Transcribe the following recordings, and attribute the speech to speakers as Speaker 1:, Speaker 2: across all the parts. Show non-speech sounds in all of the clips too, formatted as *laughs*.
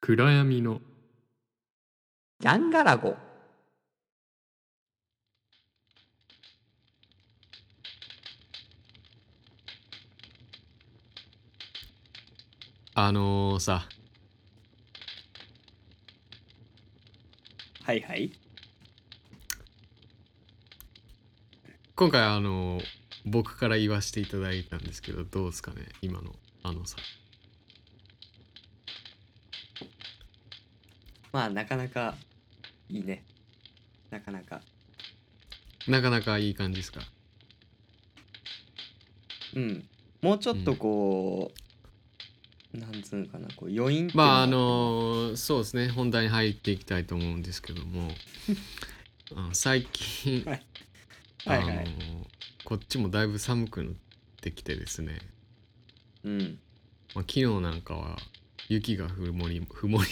Speaker 1: 暗闇の
Speaker 2: ジャンガラゴ
Speaker 1: あのーさ
Speaker 2: はいはい
Speaker 1: 今回あのー僕から言わせていただいたんですけどどうですかね今のあのさ
Speaker 2: まあなかなかいいねなかなか
Speaker 1: なかなかいい感じですか
Speaker 2: うんもうちょっとこう、なんつうのかなこう余韻っていう
Speaker 1: まああ
Speaker 2: のは
Speaker 1: のーそうですね本題に入っていきたいと思うんですけど
Speaker 2: *laughs*
Speaker 1: もあの最近
Speaker 2: はい
Speaker 1: あの
Speaker 2: はいはい
Speaker 1: ーこっちもだいぶ寒くなってきてですね、
Speaker 2: うん
Speaker 1: まあ、昨日なんかは雪がふもり *laughs* ふもり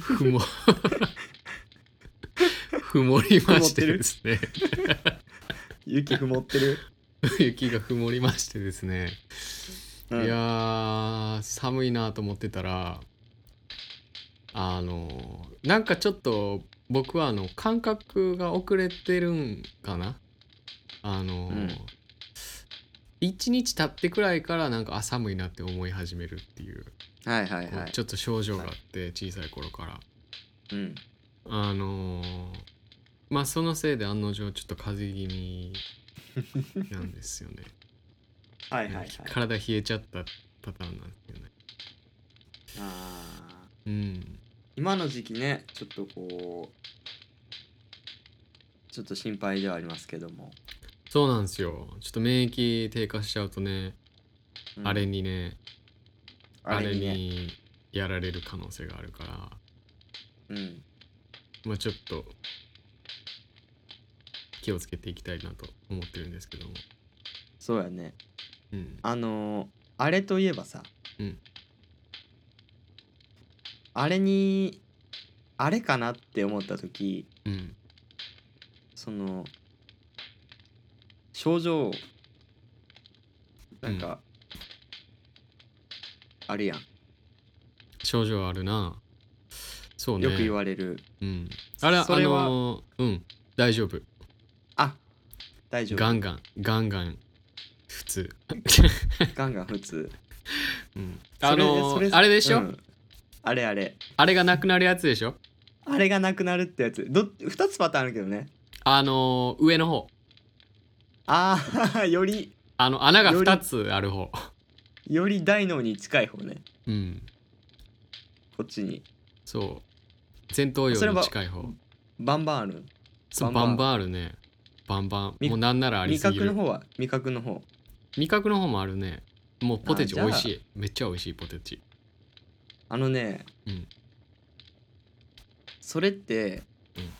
Speaker 1: ふもふもりましてですね
Speaker 2: 雪曇っ
Speaker 1: *laughs*
Speaker 2: てる
Speaker 1: 雪がふもりましてですね、
Speaker 2: うん
Speaker 1: いやー寒いなと思ってたらあのなんかちょっと僕はあの感覚が遅れてるんかなあの、
Speaker 2: うん
Speaker 1: 一日経ってくらいからなんかあ寒いなって思い始めるっていう、
Speaker 2: はいはいはい
Speaker 1: ちょっと症状があって小さい頃から
Speaker 2: うん
Speaker 1: あのまあそのせいで案の定ちょっと風邪気味なんですよね
Speaker 2: *laughs* はいはいはい
Speaker 1: 体冷えちゃったパターンなんですよね。
Speaker 2: あー
Speaker 1: うん、
Speaker 2: 今の時期ねちょっとこうちょっと心配ではありますけども、
Speaker 1: そうなんですよ。ちょっと免疫低下しちゃうとね、
Speaker 2: うん
Speaker 1: あれにね、あ
Speaker 2: あ
Speaker 1: れ
Speaker 2: れにね
Speaker 1: にやられる可能性があるから、
Speaker 2: うん
Speaker 1: まあちょっと気をつけていきたいなと思ってるんですけども。
Speaker 2: そうやね
Speaker 1: うん、
Speaker 2: あのーあれといえばさ、
Speaker 1: うん
Speaker 2: あれにあれかなって思った時
Speaker 1: うん、
Speaker 2: その症状なんか、あるやん、
Speaker 1: 症状あるな。そうね。
Speaker 2: よく言われる
Speaker 1: うん、あれ、あ
Speaker 2: それは
Speaker 1: のー、うん、大丈夫。
Speaker 2: あ大丈夫
Speaker 1: ガンガン、ガンガン、普
Speaker 2: *laughs*
Speaker 1: 通。
Speaker 2: ガンガン普通
Speaker 1: うん、*laughs*
Speaker 2: そ
Speaker 1: あ
Speaker 2: れで
Speaker 1: の
Speaker 2: それ
Speaker 1: ー、あれでしょ、
Speaker 2: うんあれあれ
Speaker 1: あれがなくなるやつでしょ
Speaker 2: あれがなくなるってやつど2つパターンあるけどね
Speaker 1: あのー上の方
Speaker 2: ああ *laughs* より
Speaker 1: あの穴が
Speaker 2: より
Speaker 1: 2つある方
Speaker 2: より大脳に近い方ね
Speaker 1: うん
Speaker 2: こっちに
Speaker 1: そう前頭
Speaker 2: そ
Speaker 1: 葉
Speaker 2: れ
Speaker 1: に
Speaker 2: は
Speaker 1: 近い方
Speaker 2: バンバンある
Speaker 1: そう
Speaker 2: バ
Speaker 1: バ
Speaker 2: ンバン
Speaker 1: ンバンあるねバンバン
Speaker 2: み
Speaker 1: もうなんならあり
Speaker 2: 味
Speaker 1: すぎ
Speaker 2: 覚
Speaker 1: る
Speaker 2: の方は味覚の方
Speaker 1: 味覚の方もあるねもうポテチ
Speaker 2: あじゃあ
Speaker 1: 美味しいめっちゃ美味しいポテチ
Speaker 2: あのね、
Speaker 1: うん
Speaker 2: それって、
Speaker 1: うん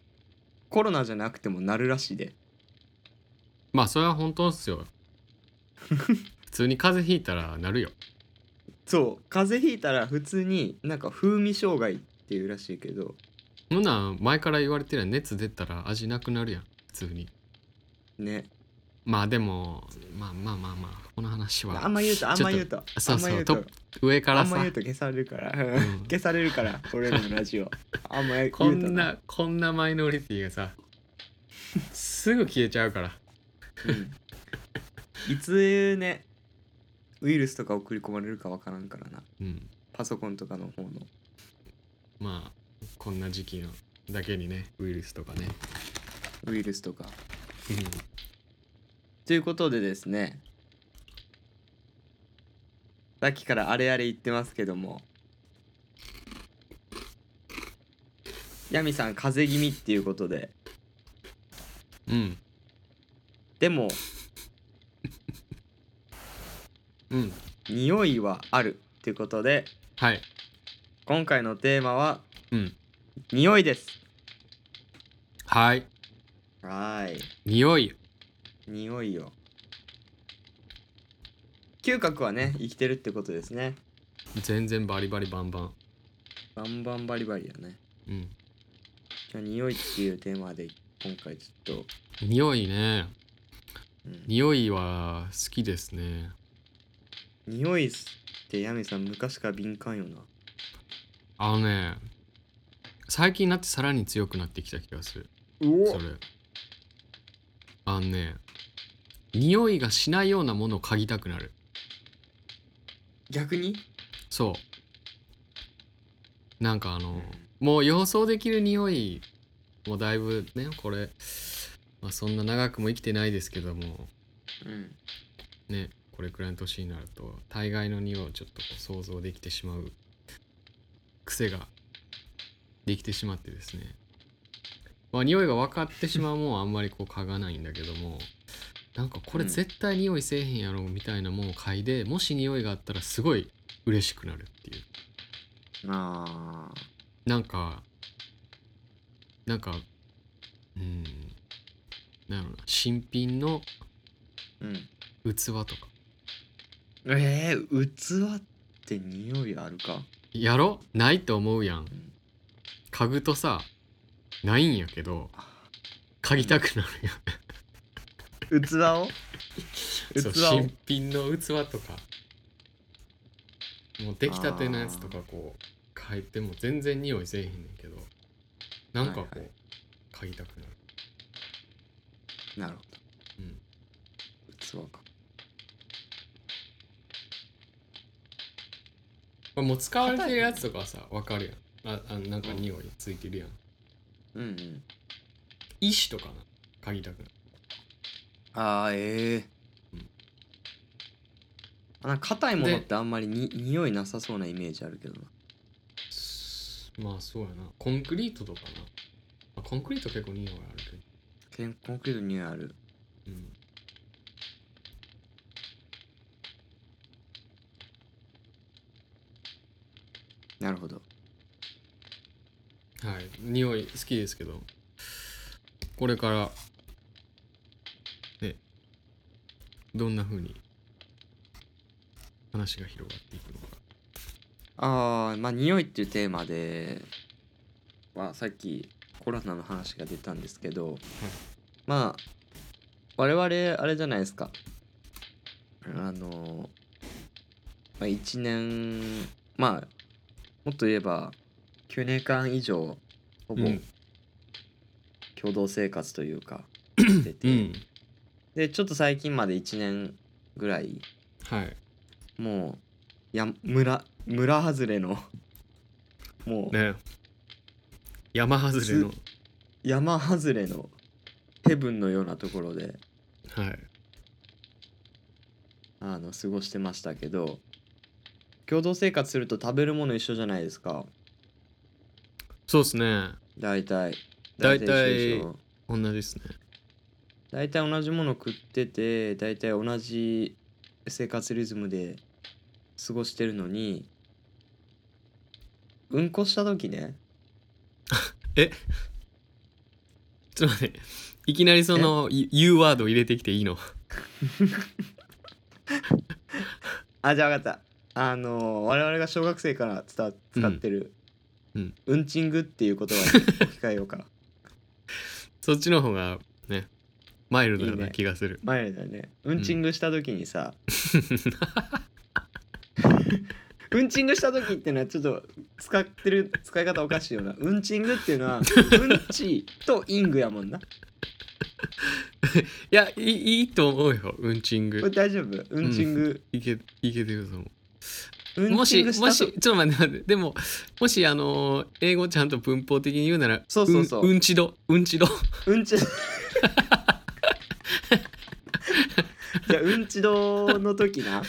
Speaker 2: コロナじゃなくてもなるらしいで
Speaker 1: まあそれは本当っす
Speaker 2: *laughs*
Speaker 1: よ普通に風邪ひいたらなるよ
Speaker 2: そう風邪ひいたら普通になんか風味障害っていうらしいけど
Speaker 1: そんなん前から言われてるやん熱出たら味なくなるやん普通に
Speaker 2: ね
Speaker 1: まあでもまあまあまあまあこの話
Speaker 2: あ
Speaker 1: は
Speaker 2: んま言うとあんま言うと
Speaker 1: そう
Speaker 2: あんま
Speaker 1: そ
Speaker 2: 言
Speaker 1: う
Speaker 2: と
Speaker 1: トップ上から
Speaker 2: あんま
Speaker 1: さ
Speaker 2: 言うと消されるから、
Speaker 1: ん
Speaker 2: 消されるから俺らのラジオあんま言うと
Speaker 1: こんなこんなマイノリティがさすぐ消えちゃうから
Speaker 2: うんいつねウイルスとか送り込まれるかわからんからな
Speaker 1: うん
Speaker 2: パソコンとかの方の
Speaker 1: まあこんな時期のだけにねウイルスとかね、
Speaker 2: ウイルスとかということでですねさっきからあれあれ言ってますけどもヤミさん風邪気味っていうことで
Speaker 1: うん
Speaker 2: でも
Speaker 1: うん
Speaker 2: 匂いはあるということで
Speaker 1: はい
Speaker 2: 今回のテーマは
Speaker 1: うん
Speaker 2: 匂いです
Speaker 1: はい
Speaker 2: はーい
Speaker 1: 匂い
Speaker 2: 匂いよ嗅覚はね生きてるってことですね
Speaker 1: 全然バリバリバンバン
Speaker 2: バンバンバリバリだね
Speaker 1: うん
Speaker 2: じゃあ匂いっていうテーマで今回ちょっと、
Speaker 1: 匂いね
Speaker 2: うん
Speaker 1: 匂いは好きですね
Speaker 2: 匂いってヤミさん昔から敏感よな
Speaker 1: あのね最近になってさらに強くなってきた気がする
Speaker 2: う
Speaker 1: それあのね匂いがしないようなものを嗅ぎたくなる
Speaker 2: 逆に
Speaker 1: そうなんかあのもう予想できる匂いもだいぶねこれ、まあ、そんな長くも生きてないですけども
Speaker 2: うん
Speaker 1: ねこれくらいの年になると大概の匂いをちょっとこう想像できてしまう癖ができてしまってですねまあ匂いが分かってしまうもんはあんまりこう嗅がないんだけどもなんかこれ
Speaker 2: うん
Speaker 1: 絶対匂いせえへんやろみたいなもんを嗅いでもし匂いがあったらすごい嬉しくなるっていう
Speaker 2: あー
Speaker 1: なんかなんかうんなんやろな新品の
Speaker 2: うん
Speaker 1: 器とか
Speaker 2: えー、器って匂いあるか、
Speaker 1: やろないと思うやん
Speaker 2: うん
Speaker 1: 嗅ぐとさないんやけど嗅ぎたくなるやん
Speaker 2: 器を *laughs* 器
Speaker 1: そう
Speaker 2: を
Speaker 1: 新品の器とかもうできたてのやつとかこう嗅いても全然匂いせえへんねんけどなんかこう、
Speaker 2: はいはい
Speaker 1: 嗅ぎたくなる、
Speaker 2: なるほ
Speaker 1: うん、
Speaker 2: ど器か
Speaker 1: まあもう使われてるやつとかはさわかるやんああなんか匂いついてるやん
Speaker 2: うんうん
Speaker 1: 石とかな嗅ぎたくなる
Speaker 2: あーええ
Speaker 1: うん
Speaker 2: あなんか硬いものっ
Speaker 1: で
Speaker 2: てあんまりに匂いなさそうなイメージあるけどな
Speaker 1: まあそうやなコンクリートとかな、まあ、コンクリート結構匂いあるけど
Speaker 2: けんコンクリートに匂いある
Speaker 1: うん
Speaker 2: なるほど
Speaker 1: はい、匂い好きですけどこれからねどんな風に話が広がっていくのか
Speaker 2: あーまあ匂いっていうテーマで、まあ、さっきコロナの話が出たんですけど、まあ我々あれじゃないですかあの、まあ、1年まあもっと言えば9年間以上ほぼ
Speaker 1: うん
Speaker 2: 共同生活というかしてて、
Speaker 1: うん
Speaker 2: でちょっと最近まで1年ぐらい
Speaker 1: はい
Speaker 2: もうや村村外れのもう
Speaker 1: ね山外れの
Speaker 2: 山外れのヘブンのようなところで
Speaker 1: はい
Speaker 2: あの過ごしてましたけど共同生活すると食べるもの一緒じゃないですか
Speaker 1: そうっすね
Speaker 2: 大体
Speaker 1: 大体
Speaker 2: 一緒でしょ
Speaker 1: 同じですね
Speaker 2: 大体同じもの食ってて大体同じ生活リズムで過ごしてるのにうんこした時ね
Speaker 1: ちょっと待 *laughs* っていきなりその U ワード入れてきていいの
Speaker 2: あじゃあ分かったあのー我々が小学生から使っ使ってる、
Speaker 1: うんうん
Speaker 2: チングっていう言葉に置き換えようか
Speaker 1: そっちの方がねマイルド
Speaker 2: いい
Speaker 1: な
Speaker 2: ね
Speaker 1: 気がする
Speaker 2: 前だよねうんチングした時にさ、うん、チングした時ってのはちょっと使ってる使い方おかしいよなうんチングっていうのはうんちとイングやもんない
Speaker 1: やいいいいと思うようんちん
Speaker 2: これ
Speaker 1: ぐ
Speaker 2: 大丈夫うんチング、
Speaker 1: いけいけてると思う
Speaker 2: うん、
Speaker 1: もし
Speaker 2: チング
Speaker 1: も
Speaker 2: し
Speaker 1: した
Speaker 2: と
Speaker 1: ちょっと待って待ってでももしあのー英語ちゃんと文法的に言うなら
Speaker 2: そうそうそう
Speaker 1: うん、うんちどうんちど *laughs*
Speaker 2: うんち *laughs* じゃあうんち堂の時な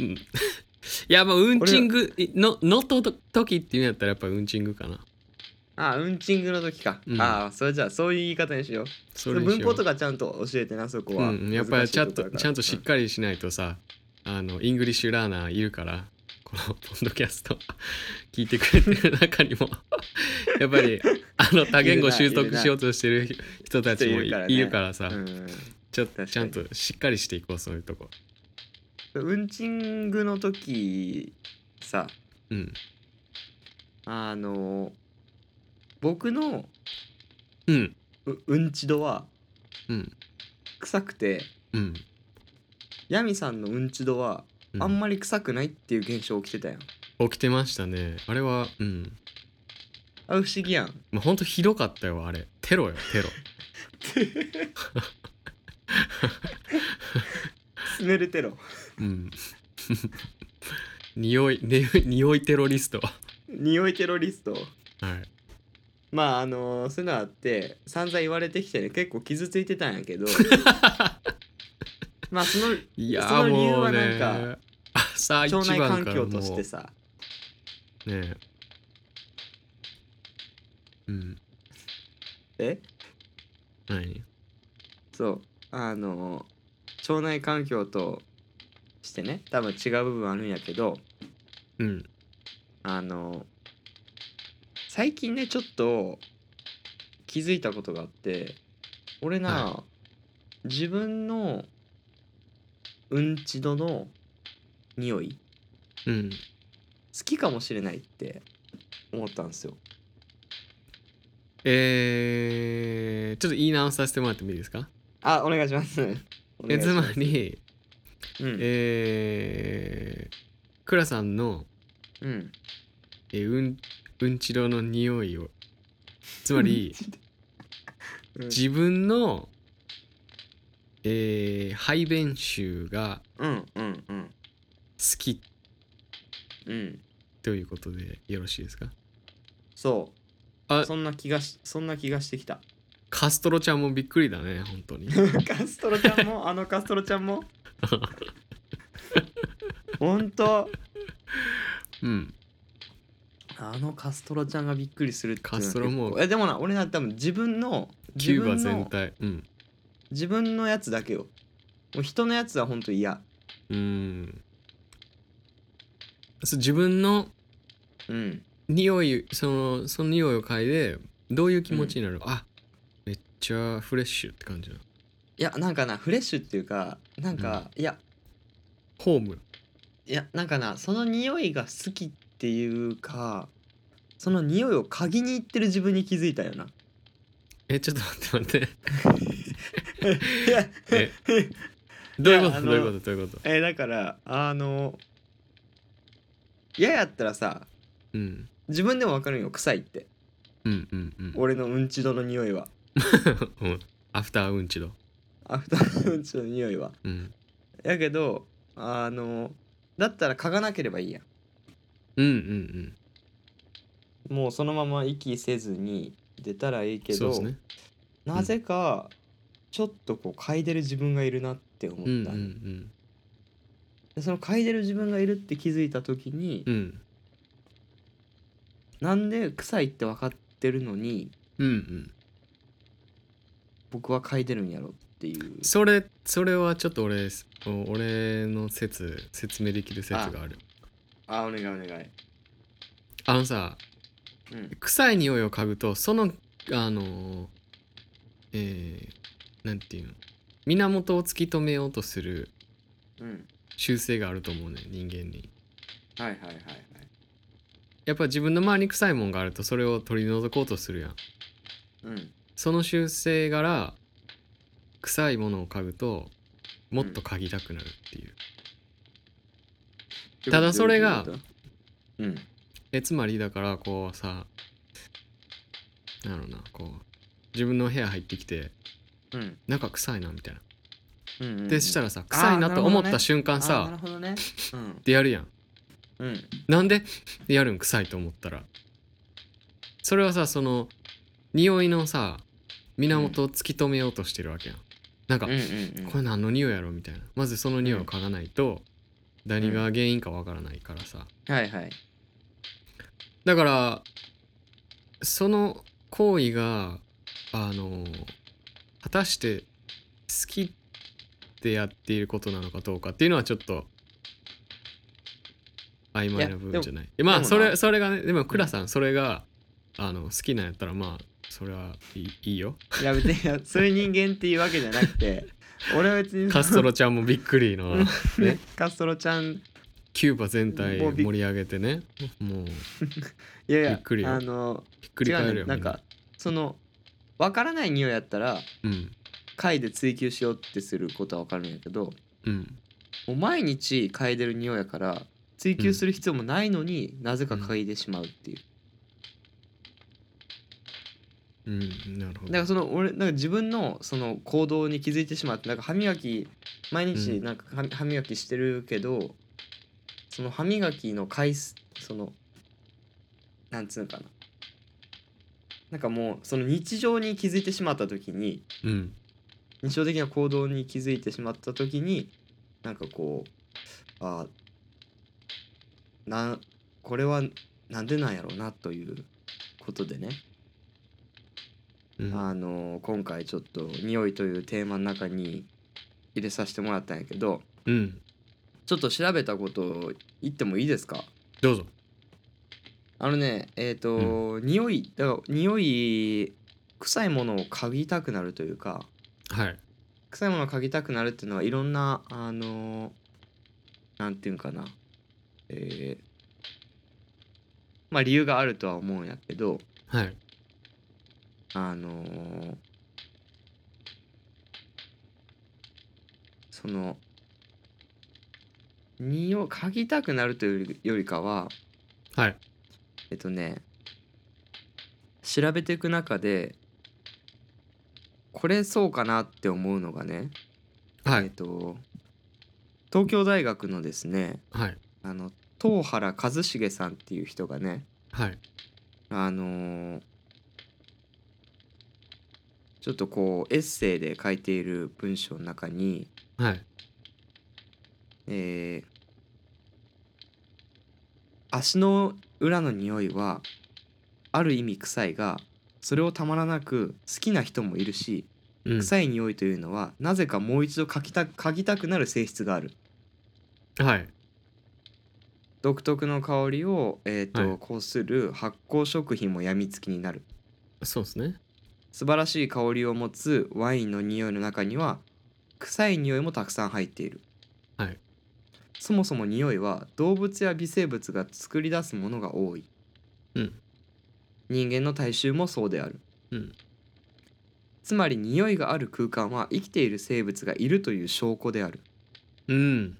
Speaker 1: うんいやまあうんちんぐののとと時っていうんやったらやっぱうんちんぐかな
Speaker 2: あうんちんぐの時か、
Speaker 1: うん
Speaker 2: ああそれじゃあそういう言い方にしよう
Speaker 1: それにしよう
Speaker 2: 文法とかちゃんと教えてなそこは、
Speaker 1: うん、やっぱりちゃんと
Speaker 2: 難しいころだから
Speaker 1: ちゃんとしっかりしないとさあのイングリッシュラーナーいるから *laughs* このポンドキャスト *laughs* 聞いてくれてる中にも *laughs* やっぱりあの多言語習
Speaker 2: いる
Speaker 1: 得
Speaker 2: な
Speaker 1: しようとしてる人たちもい
Speaker 2: 人いるからね
Speaker 1: いるからさ、ちょっ
Speaker 2: 確か
Speaker 1: と
Speaker 2: に
Speaker 1: ちゃんとしっかりしていこうそういうとこ
Speaker 2: うん、うんちんぐの時さ
Speaker 1: うん
Speaker 2: あの僕の
Speaker 1: うん
Speaker 2: ううんちどは
Speaker 1: うん
Speaker 2: 臭くて
Speaker 1: うん
Speaker 2: ヤミさんのうんちどは
Speaker 1: う
Speaker 2: あんまり臭くないっていう現象起きてたやん、
Speaker 1: 起きてましたねあれはうん
Speaker 2: あ不思
Speaker 1: *laughs*
Speaker 2: 議やん
Speaker 1: まあほんとひどかったよあれテロよテロ
Speaker 2: スメルテロ
Speaker 1: うん *laughs* 匂い、ね、匂いテロリストは
Speaker 2: 匂いテロリスト
Speaker 1: はい
Speaker 2: まああのそういうのあって散々言われてきてね結構傷ついてたん
Speaker 1: *laughs*
Speaker 2: やけどまあその
Speaker 1: いや
Speaker 2: その
Speaker 1: ー
Speaker 2: 理由
Speaker 1: も
Speaker 2: は
Speaker 1: う
Speaker 2: なん
Speaker 1: ね
Speaker 2: か
Speaker 1: 朝一
Speaker 2: 腸内
Speaker 1: 番
Speaker 2: 環
Speaker 1: から
Speaker 2: 境
Speaker 1: も
Speaker 2: と
Speaker 1: う
Speaker 2: して
Speaker 1: ね
Speaker 2: さ
Speaker 1: えうん
Speaker 2: え
Speaker 1: 何
Speaker 2: そうあの腸内環境としてね多分違う部分あるんやけど
Speaker 1: うん
Speaker 2: あの最近ねちょっと気づいたことがあって俺な、
Speaker 1: は
Speaker 2: 自分のうんちどの匂い
Speaker 1: うん
Speaker 2: 好きかもしれないって思ったんですよ
Speaker 1: えー、ちょっと言い直させてもらってもいいですか
Speaker 2: あお願いしますお願
Speaker 1: え
Speaker 2: いし、
Speaker 1: つますり
Speaker 2: うん
Speaker 1: えー、倉さんの、
Speaker 2: うん、
Speaker 1: えーうんうんちろの匂いをつまり
Speaker 2: うん
Speaker 1: 自分の、えー、排便臭が
Speaker 2: うんうんうん
Speaker 1: 好き
Speaker 2: うん
Speaker 1: ということでよろしいですか
Speaker 2: そう
Speaker 1: あ
Speaker 2: そんな気がしそんな気がしてきた *laughs*
Speaker 1: カストロちゃんもびっくりだね本当に
Speaker 2: カストロちゃ
Speaker 1: *laughs*
Speaker 2: んもあのカストロちゃんも本当
Speaker 1: うん
Speaker 2: あのカストロちゃんがびっくりするっていうのは
Speaker 1: カストロも
Speaker 2: 結構えでもな俺な多分自分の
Speaker 1: キ
Speaker 2: 自
Speaker 1: ューバ
Speaker 2: 分
Speaker 1: 全
Speaker 2: の
Speaker 1: 体うん
Speaker 2: 自分のやつだけよもう人のやつは本当嫌
Speaker 1: うんそう自分の
Speaker 2: うん
Speaker 1: 匂いそのその匂いを嗅いでどういう気持ちになる、あめっちゃフレッシュって感じない
Speaker 2: やなんかなフレッシュっていうかなんか、いや
Speaker 1: ホーム
Speaker 2: いやなんかなその匂いが好きっていうかその匂いを嗅ぎに行ってる自分に気づいたよな *laughs*
Speaker 1: えちょっと待って待って
Speaker 2: いや
Speaker 1: えどういうこ
Speaker 2: いやあ
Speaker 1: と
Speaker 2: の
Speaker 1: どういうことどういうこと
Speaker 2: えだからあの嫌やったらさ
Speaker 1: うん
Speaker 2: 自分でも分かるんよ臭いって
Speaker 1: うんうんうん
Speaker 2: 俺のうんちどの匂いは
Speaker 1: *laughs* うんアフターうんちだ
Speaker 2: アフタヌーンうんちどの匂いは
Speaker 1: うん
Speaker 2: やけどあのだったら嗅がなければいいや
Speaker 1: うんうん
Speaker 2: んもうそのまま息せずに出たらいい
Speaker 1: うん
Speaker 2: け
Speaker 1: そうで
Speaker 2: ど、
Speaker 1: すね
Speaker 2: なぜかちょっとこう嗅いでる自分がいるなって思っ
Speaker 1: う
Speaker 2: た、
Speaker 1: んうん
Speaker 2: でその嗅いでる自分がいるって気づいた時に
Speaker 1: うんう、ん
Speaker 2: なんで臭いって分かってるのに
Speaker 1: うんうん
Speaker 2: 僕は嗅いでるんやろっていう
Speaker 1: それそれはちょっと俺お俺の説説明できる説がある
Speaker 2: あお願いお願い
Speaker 1: あのさ
Speaker 2: うん
Speaker 1: 臭い匂いを嗅ぐとそのあのえー、なんていうの源を突き止めようとする
Speaker 2: うん
Speaker 1: 習性があると思うね人間に
Speaker 2: はいはいはいはい
Speaker 1: やっぱ自分の周りに臭いもんがあるとそれを取り除こうとするやん
Speaker 2: うん
Speaker 1: その習性から臭いものを嗅ぐともっと嗅ぎたくなるっていう、ただそれが
Speaker 2: うん
Speaker 1: えつまりだからこうさなんやろなこう自分の部屋入ってきて
Speaker 2: うん
Speaker 1: なんか臭いなみたいな、
Speaker 2: うんうんうん
Speaker 1: でしたらさ臭いなと思った瞬間
Speaker 2: あなる
Speaker 1: さ
Speaker 2: ほどねうん
Speaker 1: でやるやん
Speaker 2: うん
Speaker 1: なんで *laughs* でやるん臭いと思ったらそれはさその匂いのさ源を突き止めようとしてるわけやんなんか、
Speaker 2: うんうんうん
Speaker 1: これ何の匂いやろみたいなまずその匂いを嗅がないと何が原因かわからないからさ
Speaker 2: はいはい
Speaker 1: だからその行為があの果たして好きってやっていることなのかどうかっていうのはちょっと曖昧な部分じゃないま
Speaker 2: で
Speaker 1: あ
Speaker 2: も
Speaker 1: そ
Speaker 2: でも
Speaker 1: れ
Speaker 2: な
Speaker 1: それがねでも倉さんそれがあの好きなんやったらまあそれはいいいいよ
Speaker 2: いや別にいやそういう人間っていうわけじゃな
Speaker 1: *laughs*
Speaker 2: くて俺は別に
Speaker 1: カストロちゃんもびっくりのね
Speaker 2: カストロちゃんい
Speaker 1: キューバ全体
Speaker 2: もうびっ
Speaker 1: 盛り上げてねもう
Speaker 2: やいや
Speaker 1: びっくりよ
Speaker 2: あの
Speaker 1: ひっくり返る
Speaker 2: 違うね
Speaker 1: よ
Speaker 2: なんかそのわからない匂いやったら
Speaker 1: みんな
Speaker 2: 嗅いで追求しようってすることはわかるんやけど
Speaker 1: うんうん
Speaker 2: もう毎日嗅いでる匂いやから追求する必要もないのに、なぜか嗅いでしまうっていう
Speaker 1: うんなるほど
Speaker 2: だからその俺なんか自分のその行動に気づいてしまってなんか歯磨き毎日
Speaker 1: うん
Speaker 2: なんか歯歯磨きしてるけど、その歯磨きの回数そのなんつうのかななんかもうその日常に気づいてしまった時に
Speaker 1: うん
Speaker 2: 日常的な行動に気づいてしまった時になんかこうあなんこれはなんでなんやろうなということでね
Speaker 1: うん
Speaker 2: あの今回ちょっと「匂い」というテーマの中に入れさせてもらったんやけど
Speaker 1: うん
Speaker 2: ちょっと調べたことを言ってもいいですか
Speaker 1: どうぞ
Speaker 2: あのねえっ、と、匂いだから匂い臭いものを嗅ぎたくなるというか
Speaker 1: はい
Speaker 2: 臭いものを嗅ぎたくなるっていうのはいろんなあのなんていうんかなえーまあ理由があるとは思うんやけど
Speaker 1: はい
Speaker 2: あのーその匂い嗅ぎたくなるというよりかは
Speaker 1: はい
Speaker 2: えっとね調べていく中でこれそうかなって思うのがね、
Speaker 1: は
Speaker 2: えっ
Speaker 1: い
Speaker 2: と東京大学のですね
Speaker 1: はい
Speaker 2: あの東原和重さんっていう人がね、
Speaker 1: はい
Speaker 2: あのーちょっとこうエッセイで書いている文章の中に、
Speaker 1: はい
Speaker 2: えー足の裏の匂いはある意味臭いがそれをたまらなく好きな人もいるし、
Speaker 1: うん
Speaker 2: 臭い匂いというのはなぜかもう一度嗅ぎた嗅ぎたくなる性質がある
Speaker 1: はい
Speaker 2: 独特の香りを、えーと
Speaker 1: はい
Speaker 2: こうする発酵食品もやみつきになる
Speaker 1: そうですね
Speaker 2: 素晴らしい香りを持つワインの匂いの中には臭い匂いもたくさん入っている、
Speaker 1: はい
Speaker 2: そもそも匂いは動物や微生物が作り出すものが多い、
Speaker 1: うん
Speaker 2: 人間の体臭もそうである、
Speaker 1: うん
Speaker 2: つまり匂いがある空間は生きている生物がいるという証拠である
Speaker 1: うん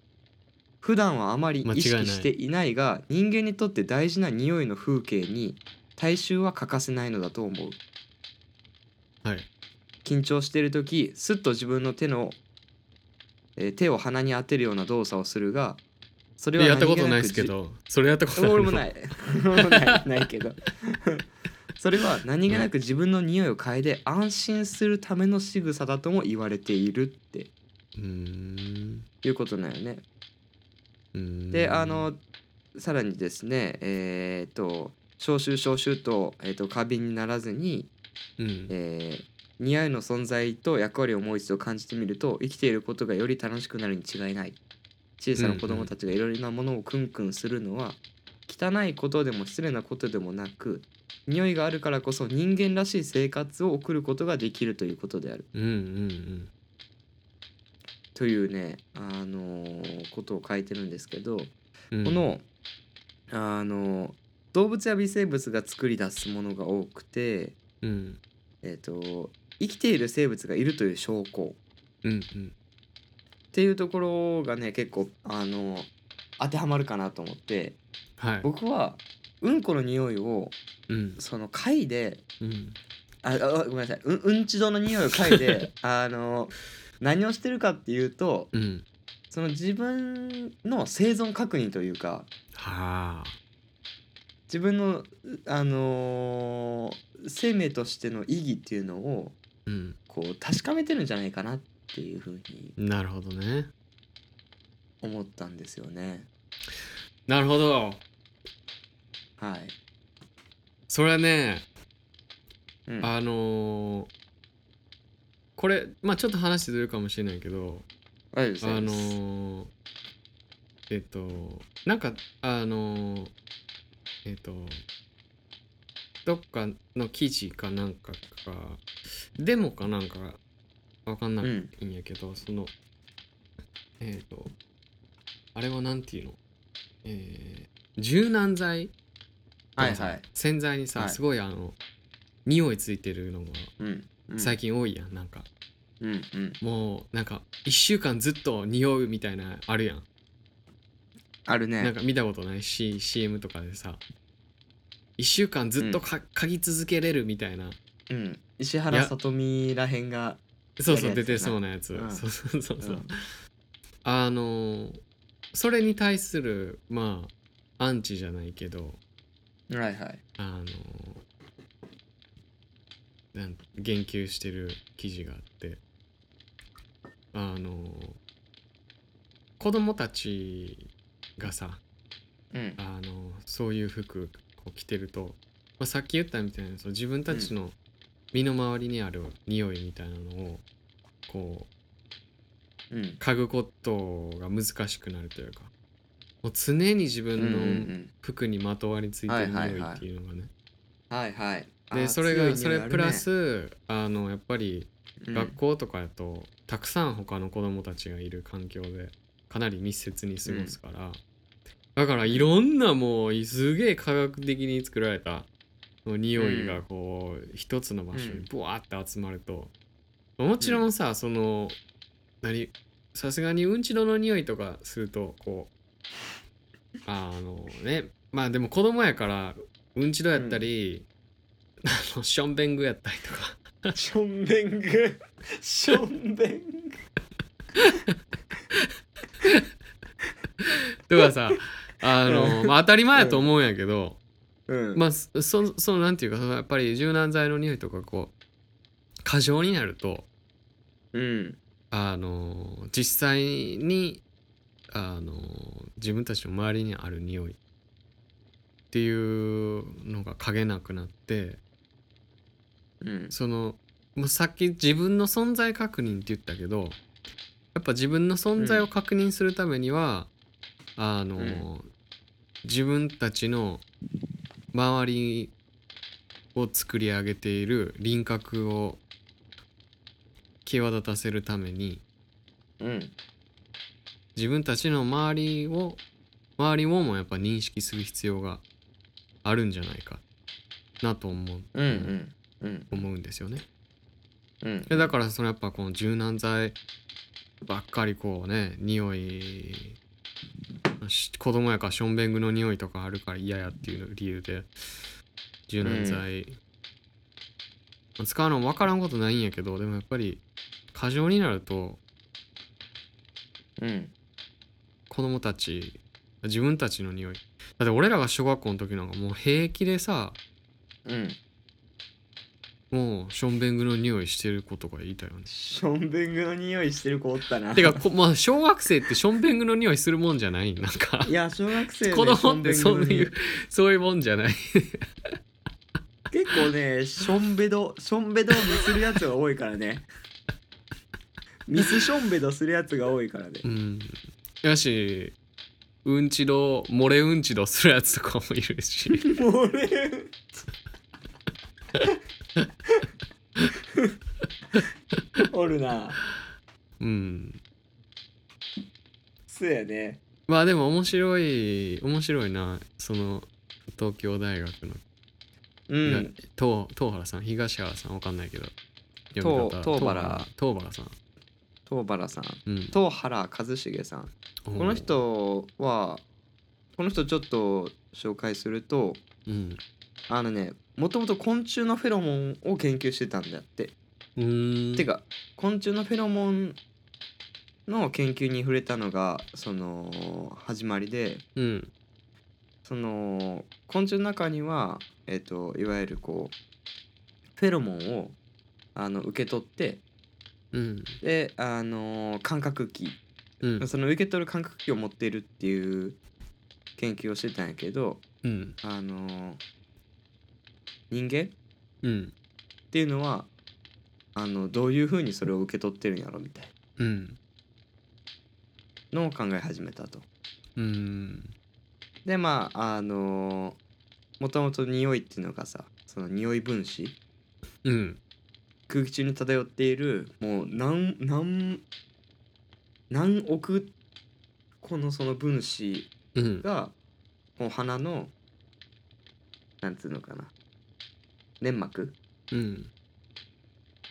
Speaker 2: 普段はあまり
Speaker 1: 間違
Speaker 2: 意
Speaker 1: いない
Speaker 2: 識していないが人間にとって大事な匂いの風景に体臭は欠かせないのだと思う
Speaker 1: はい
Speaker 2: 緊張している時すっと自分の手の、えー手を鼻に当てるような動作をするがそれは
Speaker 1: やった
Speaker 2: 何
Speaker 1: こ
Speaker 2: 気
Speaker 1: と
Speaker 2: く
Speaker 1: ないですけどそれやったこ
Speaker 2: じ
Speaker 1: とない
Speaker 2: 俺もない *laughs* 俺もないないけど *laughs* それは何気なく自分の匂いを嗅いで安心するための仕草だとも言われているって
Speaker 1: うーん
Speaker 2: いうことなんよね
Speaker 1: うーん
Speaker 2: であのさらにですねえーっと消臭消臭と,、えーっと過敏にならずに
Speaker 1: うん
Speaker 2: えー匂いの存在と役割をもう一度感じてみると生きていることがより楽しくなるに違いない小さな子供たちがいろいろなものをクンクンするのは汚いことでも失礼なことでもなく匂いがあるからこそ人間らしい生活を送ることができるということである
Speaker 1: うんうん
Speaker 2: というねあのーことを書いてるんですけどこ
Speaker 1: うんうん
Speaker 2: のあのー動物や微生物が作り出すものが多くて
Speaker 1: うん
Speaker 2: えっと生きている生物がいるという証拠
Speaker 1: うんうん
Speaker 2: っていうところがね結構あの当てはまるかなと思って
Speaker 1: はい
Speaker 2: 僕はうんこの匂いを
Speaker 1: うん
Speaker 2: その嗅いで
Speaker 1: うん
Speaker 2: ああごめんなさいうんうんちどの匂いを嗅いで
Speaker 1: *laughs*
Speaker 2: あの何をしてるかっていうと
Speaker 1: うん
Speaker 2: その自分の生存確認というか
Speaker 1: はあ
Speaker 2: 自分のあの生命としての意義っていうのを
Speaker 1: うん
Speaker 2: こう確かめてるんじゃないかなっていうふうに
Speaker 1: なるほどね
Speaker 2: 思ったんですよね。
Speaker 1: なるほど
Speaker 2: はい、
Speaker 1: それはね
Speaker 2: うん、
Speaker 1: あのーこれまあちょっと話ずれるかもしれないけど
Speaker 2: 大丈夫です
Speaker 1: あのーえっとなんかあのーえっとどっかの記事かなんかかデモかなんかわかんな
Speaker 2: う
Speaker 1: い
Speaker 2: ん
Speaker 1: んやけど、そのえっとあれはなんていうのえー柔軟剤
Speaker 2: はいはい
Speaker 1: 洗剤にさ、
Speaker 2: はい
Speaker 1: すごいあの匂いついてるのが
Speaker 2: うんうん
Speaker 1: 最近多いやんなんか
Speaker 2: うんうん
Speaker 1: もうなんか1週間ずっと匂うみたいなあるやん
Speaker 2: ある
Speaker 1: なん
Speaker 2: ね
Speaker 1: か見たことない、C、CM とかでさ1週間ずっとか、嗅ぎ続けれるみたいな
Speaker 2: うん石原さとみらへんが
Speaker 1: そうそう
Speaker 2: やる
Speaker 1: 出
Speaker 2: やつ
Speaker 1: てそうなやつ、
Speaker 2: うん
Speaker 1: そうそうそうそう、
Speaker 2: うん
Speaker 1: あのーそれに対するまあアンチじゃないけど
Speaker 2: はいはい
Speaker 1: あのーなん言及してる記事があってあのー子供たちがさ
Speaker 2: うん
Speaker 1: あのそういう服を着てると、まあ、さっき言ったみたいなその自分たちの身の回りにある匂いみたいなのをこう
Speaker 2: うん
Speaker 1: 嗅ぐことが難しくなるというかもう常に自
Speaker 2: うんう
Speaker 1: 分の
Speaker 2: ん
Speaker 1: 服にまとわりついてる匂
Speaker 2: はいはい
Speaker 1: い
Speaker 2: はい
Speaker 1: っていうのがね。
Speaker 2: うんはいはいあ
Speaker 1: で
Speaker 2: ー
Speaker 1: それ
Speaker 2: 強い
Speaker 1: が
Speaker 2: 匂い
Speaker 1: それ
Speaker 2: あるね
Speaker 1: プラスあのやっぱり
Speaker 2: うん
Speaker 1: 学校とかやとたくさん他の子供たちがいる環境でかなり密接に過ごすから、だからいろんなもうすげえ科学的に作られたもう匂いがこう一つの場所にブワーって集まると、もちろんさその何さすがにうんちどの匂いとかするとこうあのねまあでも子供やからうんちどやったり、あのションベングやったりとか
Speaker 2: ションベングションベング
Speaker 1: とかさあの、まあ、当たり前やと思うんやけど、
Speaker 2: うん
Speaker 1: まあそそそのなんていうかそのやっぱり柔軟剤の匂いとかこう過剰になると
Speaker 2: うん
Speaker 1: あの実際にあの自分たちの周りにある匂いっていうのが嗅げなくなって
Speaker 2: うん
Speaker 1: そのもうさっき自分の存在確認って言ったけどやっぱ自分の存在を確認するためには、あの、
Speaker 2: うん
Speaker 1: 自分たちの周りを作り上げている輪郭を際立たせるために
Speaker 2: うん
Speaker 1: 自分たちの周りを周りをもやっぱ認識する必要があるんじゃないかなと思う、
Speaker 2: うんうん
Speaker 1: 思うんですよね。
Speaker 2: うん
Speaker 1: でだからそのやっぱこの柔軟剤ばっかりこうね匂いし子供やからションベングの匂いとかあるから嫌やっていう理由で柔軟剤、まあ使うの分からんことないんやけどでもやっぱり過剰になると
Speaker 2: うん
Speaker 1: 子供たち自分たちの匂いだって俺らが小学校の時なんかもう平気でさ
Speaker 2: うん
Speaker 1: もうションベングの匂いしてる子とかいたよね
Speaker 2: ションベングの匂いしてる子おったな
Speaker 1: てかこまあ小学生ってションベングの匂いするもんじゃないなんか
Speaker 2: いや小学生ね
Speaker 1: 子供って
Speaker 2: ショ
Speaker 1: そ
Speaker 2: ン
Speaker 1: う
Speaker 2: ベングの
Speaker 1: いう
Speaker 2: 匂
Speaker 1: そういうもんじゃない
Speaker 2: 結構ねションベドションベドをミスるやつが多いからねミスションベドするやつが多いからね
Speaker 1: うんやしうんちど漏れうんちどするやつとかもいるし
Speaker 2: *laughs* もう俺おるな
Speaker 1: うん
Speaker 2: そうやね
Speaker 1: まあでも面白い面白いなその東京大学の、
Speaker 2: う
Speaker 1: いや
Speaker 2: ん
Speaker 1: 東東原さん東原さんわかんないけど
Speaker 2: 東東原
Speaker 1: 東原さん、
Speaker 2: 東原さん
Speaker 1: うん、
Speaker 2: 東原一茂さんこの人はこの人ちょっと紹介すると
Speaker 1: うん
Speaker 2: あのねもともと昆虫のフェロモンを研究してたんだって
Speaker 1: うーん
Speaker 2: てか昆虫のフェロモンの研究に触れたのがその始まりで
Speaker 1: うん
Speaker 2: その昆虫の中には、えっといわゆるこうフェロモンをあの受け取って
Speaker 1: うん
Speaker 2: であの感覚器
Speaker 1: うん
Speaker 2: その受け取る感覚器を持っているっていう研究をしてたんやけど
Speaker 1: うん
Speaker 2: あの人間
Speaker 1: うん
Speaker 2: っていうのはあのどういうふうにそれを受け取ってるんやろみたい
Speaker 1: うん
Speaker 2: なのを考え始めたと。
Speaker 1: うん
Speaker 2: でまああのもともと匂いっていうのがさその匂い分子
Speaker 1: うん
Speaker 2: 空気中に漂っているもう何何何億個のその分子
Speaker 1: うん
Speaker 2: がもう鼻のなんつうのかな粘膜
Speaker 1: うん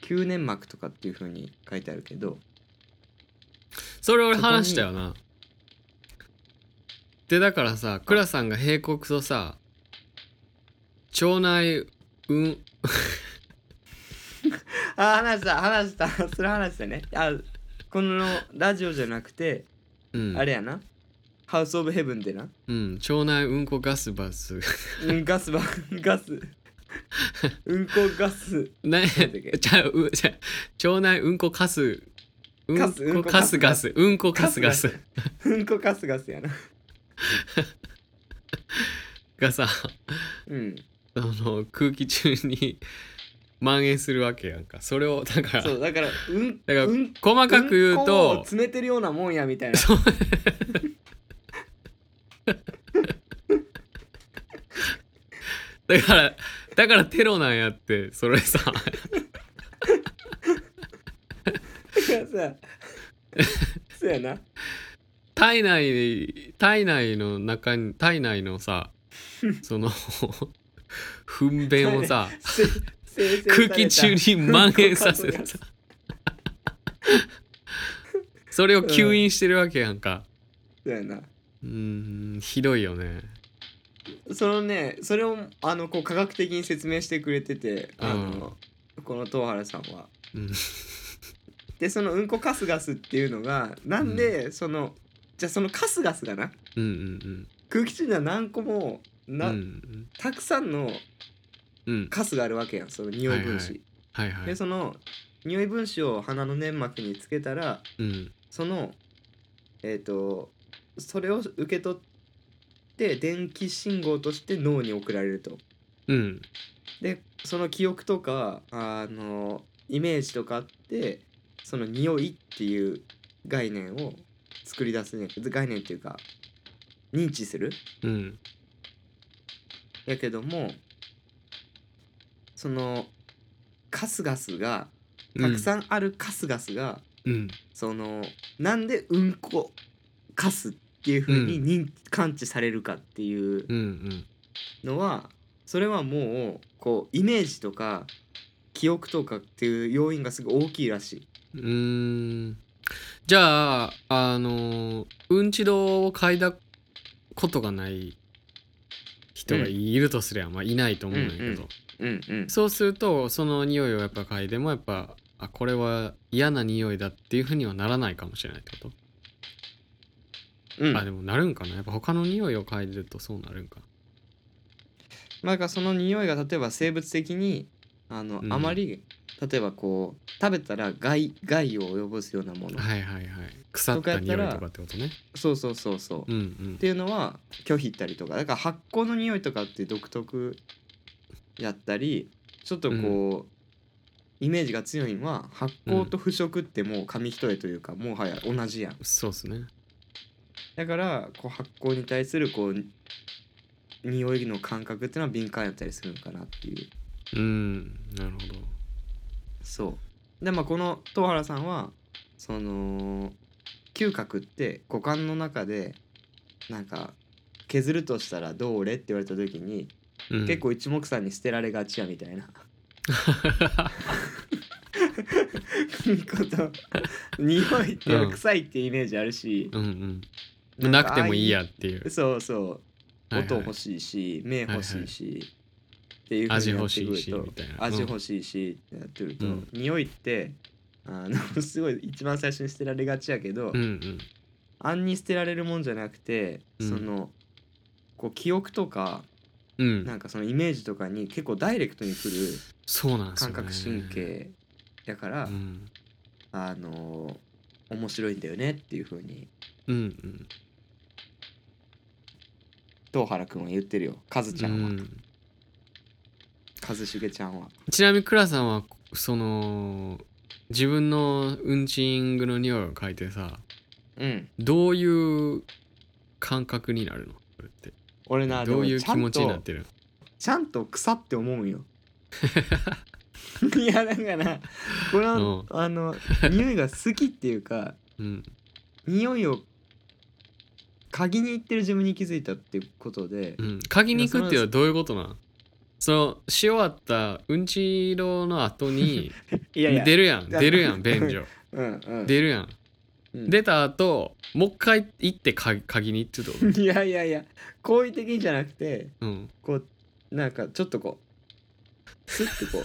Speaker 2: 球粘膜とかっていうふうに書いてあるけど
Speaker 1: それ俺話したよな。でだからさ倉さんが閉国とさ腸内うん
Speaker 2: あ話した話した *laughs* それ話したねあこのラジオじゃなくて、
Speaker 1: うん
Speaker 2: あれやなハウス・オブ・ヘブンでな
Speaker 1: うん腸内うんこガスバ
Speaker 2: *laughs*
Speaker 1: ス
Speaker 2: うんガスばガスうんこガス
Speaker 1: ね
Speaker 2: なんだっけ
Speaker 1: じゃあうじゃあ腸内うんこカスうん
Speaker 2: カスうん
Speaker 1: こ
Speaker 2: こ
Speaker 1: カスガ
Speaker 2: カ
Speaker 1: スうんこカスガス
Speaker 2: うんこガスガスやな
Speaker 1: がさ *laughs*
Speaker 2: うん
Speaker 1: その空気中に蔓延するわけやんかそれをだから
Speaker 2: そうだからうん
Speaker 1: だから
Speaker 2: うん
Speaker 1: 細かく言う
Speaker 2: うんこを
Speaker 1: と、
Speaker 2: 詰めてるようなもんやみたいな
Speaker 1: そう *laughs* だからだからテロなんやってそれさ
Speaker 2: だからさ *laughs* そうやな
Speaker 1: 体内体内の中に体内のさその糞便をさ
Speaker 2: せ生成され
Speaker 1: 空
Speaker 2: た
Speaker 1: 気中に蔓延させ
Speaker 2: う
Speaker 1: た
Speaker 2: ん
Speaker 1: それを吸引してるわけやんか
Speaker 2: そうやな
Speaker 1: うーんひどいよね
Speaker 2: そのねそれをあのこう科学的に説明してくれててあの、この東原さんは。
Speaker 1: うん
Speaker 2: でそのうんこカスガスっていうのがなんで、そのじゃあそのカスガスがな
Speaker 1: うんうん
Speaker 2: 空気中には何個も
Speaker 1: うんう
Speaker 2: な、
Speaker 1: ん
Speaker 2: たくさんの
Speaker 1: うんうん
Speaker 2: カスがあるわけやんその匂い分子。
Speaker 1: はいは
Speaker 2: で
Speaker 1: い
Speaker 2: その匂い分子を鼻の粘膜につけたら
Speaker 1: うん
Speaker 2: そのえっ、とそれを受け取って電気信号として脳に送られると。
Speaker 1: うん
Speaker 2: でその記憶とかあのイメージとかあってその匂いっていう概念を作り出すね概念っていうか認知する
Speaker 1: うん
Speaker 2: やけどもそのカスガスがたくさんあるカスガスが、
Speaker 1: うん
Speaker 2: そのなんでうんこカスっていう風に認、感知されるかっていう
Speaker 1: うんうん
Speaker 2: のはそれはもうこうイメージとか記憶とかっていう要因がすごい大きいらしい。
Speaker 1: うーんじゃああのうんち堂を嗅いだことがない人がいるとすれば、まあいないと思うんだけど、
Speaker 2: うんうんうんうん、
Speaker 1: そうするとその匂いをやっぱ嗅いでもやっぱあこれは嫌な匂いだっていうふうにはならないかもしれないってこと、
Speaker 2: うん、
Speaker 1: あでもなるんかなやっぱ他の匂いを嗅いでるとそうなるんか
Speaker 2: なんかその匂いが例えば生物的にあの、
Speaker 1: うん
Speaker 2: あまり例えばこう食べたら害害を及ぼすようなもの、
Speaker 1: はいはいはい腐った匂いとかってことね
Speaker 2: そうそうそうそう、っ
Speaker 1: うんうん
Speaker 2: ていうのは拒否ったりとかだから発酵の匂いとかって独特やったりちょっとこう、イメージが強いのは発酵と腐食ってもう紙一重というか、もはや同じやん
Speaker 1: そうっすね
Speaker 2: だからこう発酵に対するこう匂いの感覚っていうのは敏感やったりするのかなっていう
Speaker 1: うんなるほど
Speaker 2: そうでまあこの東原さんはその嗅覚って五感の中でなんか削るとしたらどれって言われた時
Speaker 1: う
Speaker 2: に、
Speaker 1: ん
Speaker 2: 結構一目散に捨てられがちやみた
Speaker 1: *laughs*
Speaker 2: いなこと匂いっていうのは臭いっていうイメージあるし、
Speaker 1: うんうん
Speaker 2: な
Speaker 1: なん
Speaker 2: か
Speaker 1: くてもいいやっていう
Speaker 2: そうそう
Speaker 1: はいはい
Speaker 2: 音欲しいし目欲しいし、っていう風
Speaker 1: 味
Speaker 2: にな
Speaker 1: 欲
Speaker 2: って
Speaker 1: し
Speaker 2: く
Speaker 1: い
Speaker 2: る
Speaker 1: し
Speaker 2: と
Speaker 1: みたいな
Speaker 2: 味
Speaker 1: うん
Speaker 2: 欲しいしってなってると、
Speaker 1: うん
Speaker 2: 匂いってあのすごい一番最初に捨てられがちやけど、
Speaker 1: うんうん
Speaker 2: あんに捨てられるもんじゃなくて、
Speaker 1: うん
Speaker 2: そのこう記憶とか
Speaker 1: うん
Speaker 2: なんかそのイメージとかに結構ダイレクトにくる
Speaker 1: そうなんですよ
Speaker 2: 感
Speaker 1: ね
Speaker 2: 覚神経だから、
Speaker 1: うん
Speaker 2: あの面白いんだよねっていう風に
Speaker 1: うんうん
Speaker 2: 東原くんは言ってるよカズちゃんは、
Speaker 1: うん
Speaker 2: 一茂ちゃんは。
Speaker 1: ちなみに倉さんはその自分のうんちんぐの匂いを嗅いてさ
Speaker 2: うん
Speaker 1: どういう感覚になるのそれって
Speaker 2: 俺な
Speaker 1: どういう
Speaker 2: でもちゃ
Speaker 1: 気
Speaker 2: ん
Speaker 1: 持ちにな
Speaker 2: と
Speaker 1: ってる
Speaker 2: ちゃんと草って思うんよ。 *laughs* いやだからこの、あの匂いが好きっていうか
Speaker 1: うん
Speaker 2: 匂いを嗅ぎに行ってる自分に気づいたっていうことで
Speaker 1: う、ん嗅ぎに行くっていうのはどういうことなんそのし終わったうんち色の後に
Speaker 2: *laughs* いやいや
Speaker 1: 出るやん
Speaker 2: いや *laughs*
Speaker 1: 出るやん便所
Speaker 2: うんうん、
Speaker 1: 出るやん
Speaker 2: うん
Speaker 1: 出た後もう一回行ってか鍵にってこと、
Speaker 2: *laughs* いやいやいや好意的にじゃなくて
Speaker 1: うん、
Speaker 2: こうなんかちょっとこうスッとこ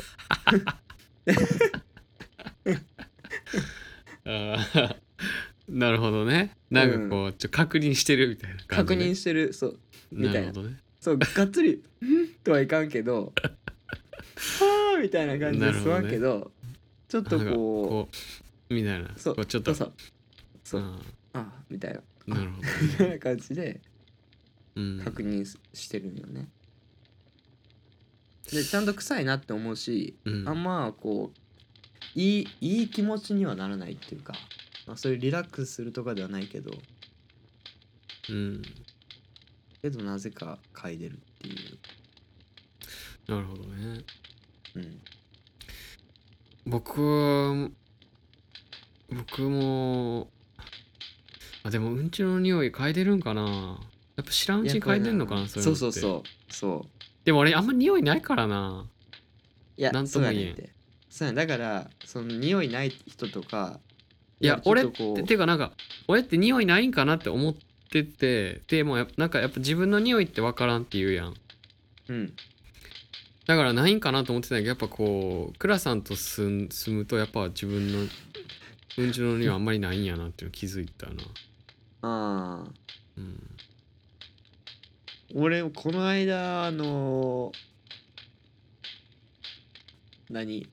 Speaker 1: あー *laughs* なるほどねなんかこう、ちょ確認してるみたいな
Speaker 2: う
Speaker 1: *laughs* 感
Speaker 2: 確
Speaker 1: じ、ね、
Speaker 2: 認してるそうみたいな
Speaker 1: るほどね
Speaker 2: そうがっつり「ん?」とはいかんけど「はあ」みたいな感じ
Speaker 1: な
Speaker 2: で
Speaker 1: るほ
Speaker 2: す
Speaker 1: どね
Speaker 2: わんけどちょっと
Speaker 1: なんか
Speaker 2: こ
Speaker 1: こうみたいな
Speaker 2: そう
Speaker 1: こうちょっ
Speaker 2: う
Speaker 1: と
Speaker 2: そうそうそう
Speaker 1: あ
Speaker 2: あみたいな
Speaker 1: ー
Speaker 2: *laughs*
Speaker 1: なるほど、
Speaker 2: みたいな感じで
Speaker 1: うん、
Speaker 2: 確認すしてるんよね。でちゃんと臭いなって思うし
Speaker 1: うん
Speaker 2: あんまこういいいい気持ちにはならないっていうか、まあ、そういうリラックスするとかではないけど
Speaker 1: うん
Speaker 2: けどなぜか嗅いでるっていう。
Speaker 1: なるほどね
Speaker 2: うん
Speaker 1: 僕は僕もあでもうんちの匂い嗅いでるんかなやっぱ知らんうちに嗅いでんのか
Speaker 2: い
Speaker 1: な
Speaker 2: やこ
Speaker 1: そ
Speaker 2: れ
Speaker 1: ういう
Speaker 2: そ
Speaker 1: の
Speaker 2: う
Speaker 1: って
Speaker 2: そうそうそう
Speaker 1: でも俺あんま匂いないからない
Speaker 2: や、
Speaker 1: なんとも言えん
Speaker 2: そうやねてそうやねんだから、その匂いない人とか。
Speaker 1: いや
Speaker 2: ちょっ
Speaker 1: 俺っ
Speaker 2: とこう
Speaker 1: てていうかなんか俺って匂いないんかなって思っててでもやっぱなんかやっぱ自分の匂いって分からんって言うやん
Speaker 2: うん、
Speaker 1: だからないんかなと思ってたんやけどやっぱこう倉さんと住ん住むとやっぱ自分のうんちの匂いあんまりないんやなっていうの気づいたな
Speaker 2: ああ、
Speaker 1: うん
Speaker 2: 俺、この間、あのー何。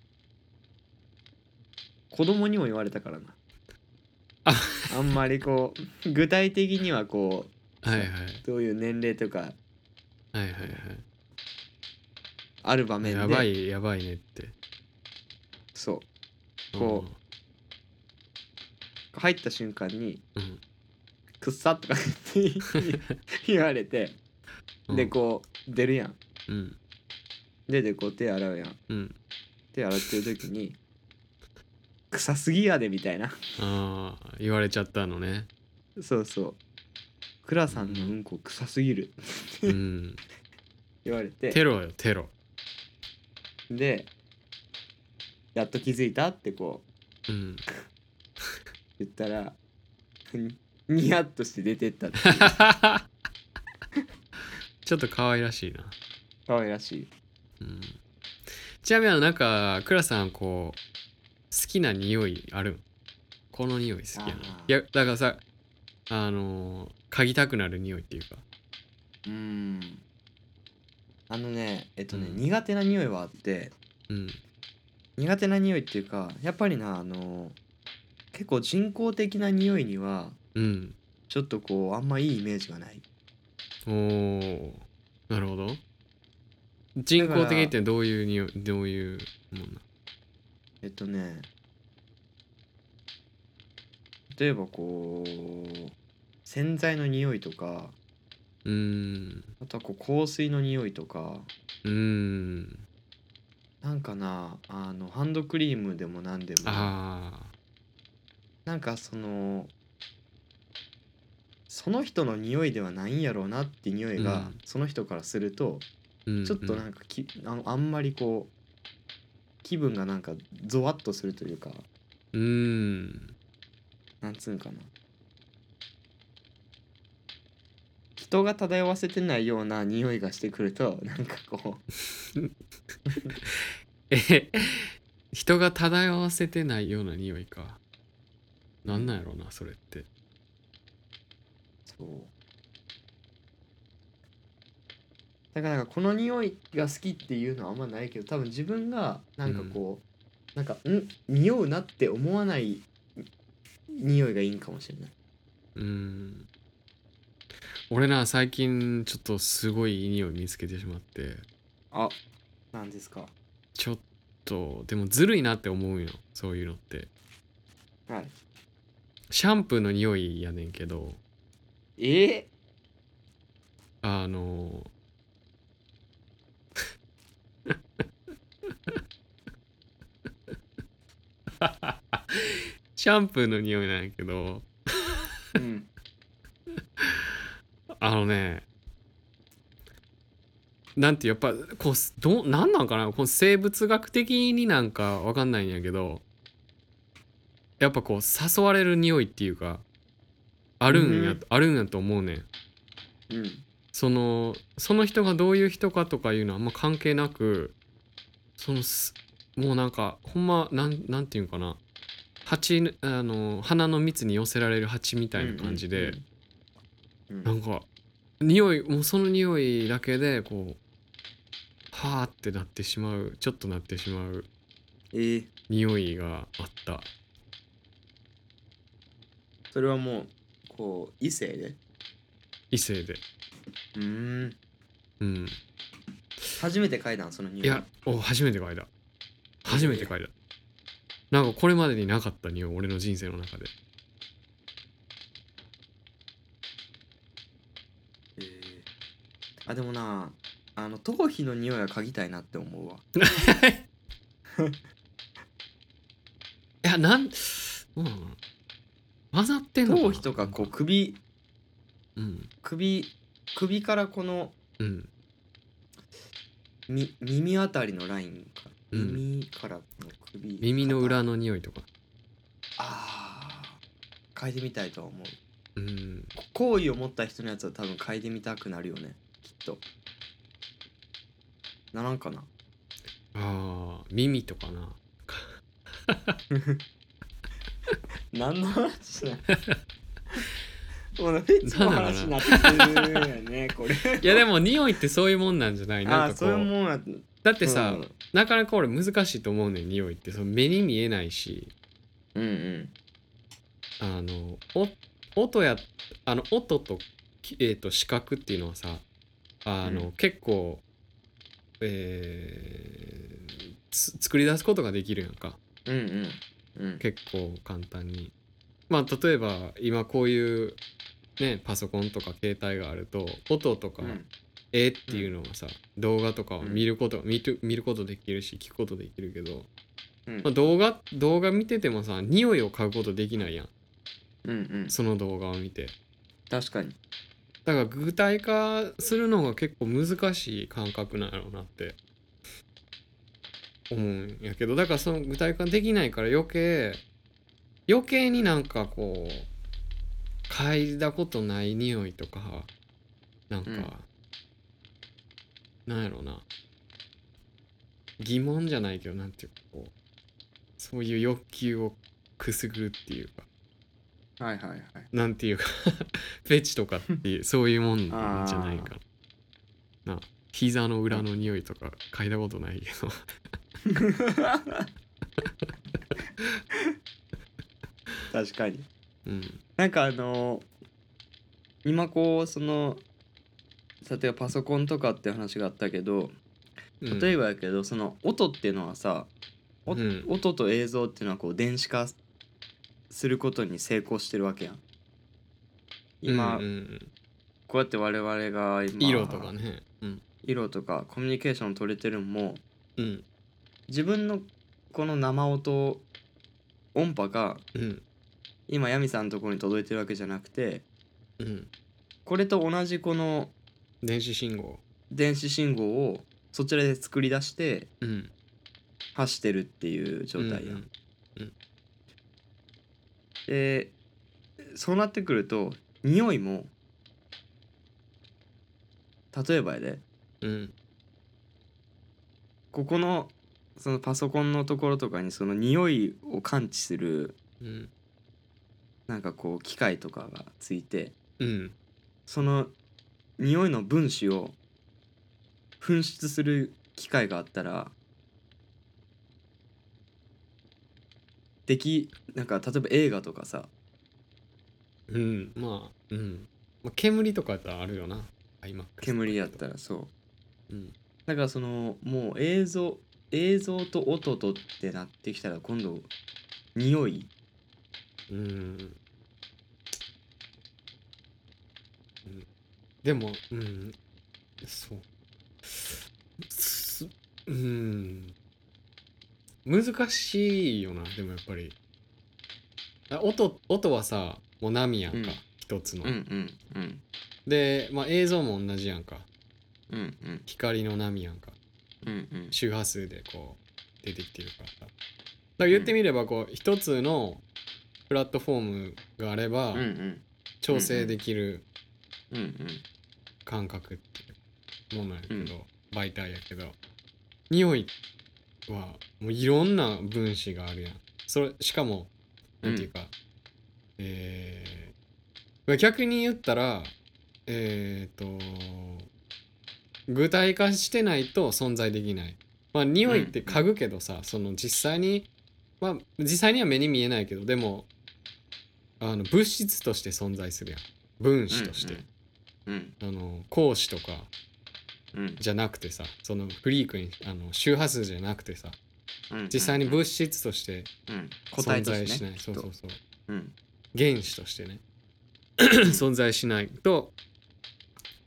Speaker 2: 子供にも言われたからな。
Speaker 1: あ
Speaker 2: あんまりこう、具体的にはこ
Speaker 1: はいはいは
Speaker 2: う、どういう年齢とか、
Speaker 1: いはいはい
Speaker 2: ある場面で。
Speaker 1: やばいやばいねって
Speaker 2: そう、こ入った瞬間に、
Speaker 1: うん、うん
Speaker 2: くっさとか言って
Speaker 1: *laughs*
Speaker 2: 言われて、
Speaker 1: うん、
Speaker 2: で、こう、出るやん。
Speaker 1: うん
Speaker 2: ででこう手洗うやん
Speaker 1: うん
Speaker 2: 手洗ってる時に「臭すぎやで」みたいな
Speaker 1: ああ言われちゃったのね
Speaker 2: そうそう「倉さんのうんこ臭すぎる
Speaker 1: うん」
Speaker 2: *laughs* 言われて
Speaker 1: テロよテロ
Speaker 2: で「やっと気づいた?」ってこう
Speaker 1: うん
Speaker 2: 言ったらニヤッとして出てったって
Speaker 1: ちょっと可愛らしいな、
Speaker 2: 可愛らしい
Speaker 1: うん、ちなみにあのなんか倉さんこう好きな匂いあるこの匂い好きやな
Speaker 2: あ
Speaker 1: いやだからさあのー嗅ぎたくなる匂いっていうか
Speaker 2: うんあのねえっとね、
Speaker 1: うん
Speaker 2: 苦手な匂いはあって
Speaker 1: うん
Speaker 2: 苦手な匂いっていうかやっぱりなあの結構人工的な匂いには
Speaker 1: うん
Speaker 2: ちょっとこうあんまいいイメージがない
Speaker 1: おーなるほど人工的にってどういう匂いどういうもんな
Speaker 2: えっとね例えばこう洗剤の匂いとか
Speaker 1: うーん
Speaker 2: あとはこう香水の匂いとか
Speaker 1: うーん
Speaker 2: なんかなあのハンドクリームでも何でも
Speaker 1: あ
Speaker 2: なんかそのその人の匂いではないんやろうなって匂い
Speaker 1: う
Speaker 2: が、
Speaker 1: ん
Speaker 2: その人からすると
Speaker 1: ー、うん
Speaker 2: ちょっと
Speaker 1: うん
Speaker 2: なんかきあのあんまりこう気分がなんかゾワッとするというか
Speaker 1: うーん
Speaker 2: なんつうんかな人が漂わせてないような匂いがしてくるとなんかこう
Speaker 1: え人が漂わせてないような匂いかなんなんやろうなそれって
Speaker 2: そうだからなんかこの匂いが好きっていうのはあんまないけど多分自分がなんかこう、なんかん匂うなって思わない匂いがいいんかもしれない。
Speaker 1: うーん俺な最近ちょっとすごいいい匂い見つけてしまって
Speaker 2: あなんですか
Speaker 1: ちょっとでもずるいなって思うよそういうのって
Speaker 2: はい
Speaker 1: シャンプーの匂いやねんけど
Speaker 2: え
Speaker 1: あの *laughs* シャンプーの匂いなんやけど
Speaker 2: ー、うん
Speaker 1: あのねなんてやっぱこうすどうなんなんかなこう生物学的になんかわかんないんやけどやっぱこう誘われる匂いっていうかあるんや、
Speaker 2: うん
Speaker 1: あるんやと思うねん
Speaker 2: うん
Speaker 1: そのその人がどういう人かとかいうのはあんま関係なくそのすもうなんかほんまなんなんていうんかな蜂あの花の蜜に寄せられる蜂みたいな感じで、
Speaker 2: うんうん
Speaker 1: なんか匂いもうその匂いだけでこうはーってなってしまうちょっとなってしまう
Speaker 2: えー
Speaker 1: 匂いがあった
Speaker 2: それはもうこう異性で
Speaker 1: 異性で
Speaker 2: うん
Speaker 1: うん
Speaker 2: 初めて嗅いだんその匂い
Speaker 1: いやお初めて嗅いだ初めて嗅いだなんかこれまでになかった匂い俺の人生の中で
Speaker 2: えーあでもなあの頭皮の匂いは嗅ぎたいなって思うわ
Speaker 1: いやなんうん混ざってんのかな
Speaker 2: 頭皮とかこう首
Speaker 1: うん
Speaker 2: 首首からこの
Speaker 1: うん
Speaker 2: み耳あたりのラインか
Speaker 1: うん
Speaker 2: 耳からの首
Speaker 1: 耳の裏の匂いとか
Speaker 2: あー嗅いでみたいとは思う
Speaker 1: うん
Speaker 2: 好意を持った人のやつは多分嗅いでみたくなるよねきっとならんかな
Speaker 1: あー耳とかな
Speaker 2: 何の話なのもうフェチの話になってくるよ *laughs* ねこれ
Speaker 1: いやでも匂いってそういうもんなんじゃない
Speaker 2: あ
Speaker 1: な
Speaker 2: あ
Speaker 1: んか
Speaker 2: そうい
Speaker 1: こ
Speaker 2: う
Speaker 1: う
Speaker 2: もんやっ
Speaker 1: だってさ、
Speaker 2: うん
Speaker 1: なかなか俺難しいと思うねん匂いってその目に見えないし
Speaker 2: うんうん
Speaker 1: あのお音やあの音と,、えー、と視覚っていうのはさあの、
Speaker 2: うん
Speaker 1: 結構、えーつ作り出すことができるやんか
Speaker 2: うんうんうん
Speaker 1: 結構簡単に。まあ例えば今こういう、ね、パソコンとか携帯があると音とか
Speaker 2: うん
Speaker 1: 絵っていうのはさ、動画とかを見ること、見る見ることできるし聞くことできるけど、
Speaker 2: うん
Speaker 1: まあ、動画動画見ててもさ匂いを嗅ぐことできないやん
Speaker 2: うんうん
Speaker 1: その動画を見て
Speaker 2: 確かに
Speaker 1: だから具体化するのが結構難しい感覚なんやろうなって思うんやけどだからその具体化できないから余計余計になんかこう嗅いだことない匂いとかなんか、なんやろうな疑問じゃないけどなんていうかこうそういう欲求をくすぐるっていうか
Speaker 2: はいはいはい
Speaker 1: なんていうか *laughs* フェチとかって
Speaker 2: *laughs*
Speaker 1: いうそういうもんなんじゃないかなな膝の裏の匂いとか嗅いだことないけど *laughs*
Speaker 2: 確かに
Speaker 1: うん
Speaker 2: なんかあの今こうその例えばパソコンとかって話があったけど
Speaker 1: うん
Speaker 2: 例えばやけど、その音っていうのはさ、お
Speaker 1: うん
Speaker 2: 音と映像っていうのはこう電子化することに成功してるわけやん今、
Speaker 1: うんうん
Speaker 2: こうやって我々が
Speaker 1: うん
Speaker 2: 今
Speaker 1: 色とかねうん
Speaker 2: 色とかコミュニケーション取れてるのも
Speaker 1: うん
Speaker 2: 自分のこの生音音波が
Speaker 1: うん
Speaker 2: 今ヤミさんのところに届いてるわけじゃなくて
Speaker 1: うん
Speaker 2: これと同じこの
Speaker 1: 電子信号
Speaker 2: 電子信号をそちらで作り出して
Speaker 1: うん
Speaker 2: 発してるっていう状態やん。
Speaker 1: うん
Speaker 2: でそうなってくると匂いも例えばやで
Speaker 1: うん
Speaker 2: ここのそのパソコンのところとかにその匂いを感知する
Speaker 1: うん
Speaker 2: なんかこう機械とかがついて
Speaker 1: うん
Speaker 2: その匂いの分子を噴出する機械があったらできなんか例えば映画とかさ
Speaker 1: うんまあうんまあ煙とかやったらあるよな IMAX
Speaker 2: 煙やったらそう
Speaker 1: うん
Speaker 2: だからそのもう映像映像と音とってなってきたら今度匂い
Speaker 1: うんうんでも、うん、そう。すうん。難しいよな、でもやっぱり。あ音音はさ、もう波やんか、
Speaker 2: うん
Speaker 1: 一つの。
Speaker 2: んうん
Speaker 1: で、まあ、映像も同じやんか。
Speaker 2: うんうん
Speaker 1: 光の波やんか。
Speaker 2: うんうん
Speaker 1: 周波数でこう出てきてるからさだから言ってみればこう一つのプラットフォームがあれば
Speaker 2: うんうん
Speaker 1: 調整できる
Speaker 2: うんうん
Speaker 1: 感覚っていうものやけど、媒体やけど匂いはもういろんな分子があるやんそれしかもなんていうか、えー逆に言ったらえっ、と具体化してないと存在できないまあ匂いって嗅ぐけどさ、その実際にまあ実際には目に見えないけどでもあの物質として存在するやん分子として、
Speaker 2: うん
Speaker 1: あの講師とか
Speaker 2: うん
Speaker 1: じゃなくてさそのフリークにあの周波数じゃなくてさ
Speaker 2: うん
Speaker 1: 実際に物質として
Speaker 2: うん個
Speaker 1: 存
Speaker 2: 体と
Speaker 1: 在
Speaker 2: し
Speaker 1: してない、
Speaker 2: ね
Speaker 1: そうそうそう
Speaker 2: うん
Speaker 1: 原子としてね *clears throat* 存在しないと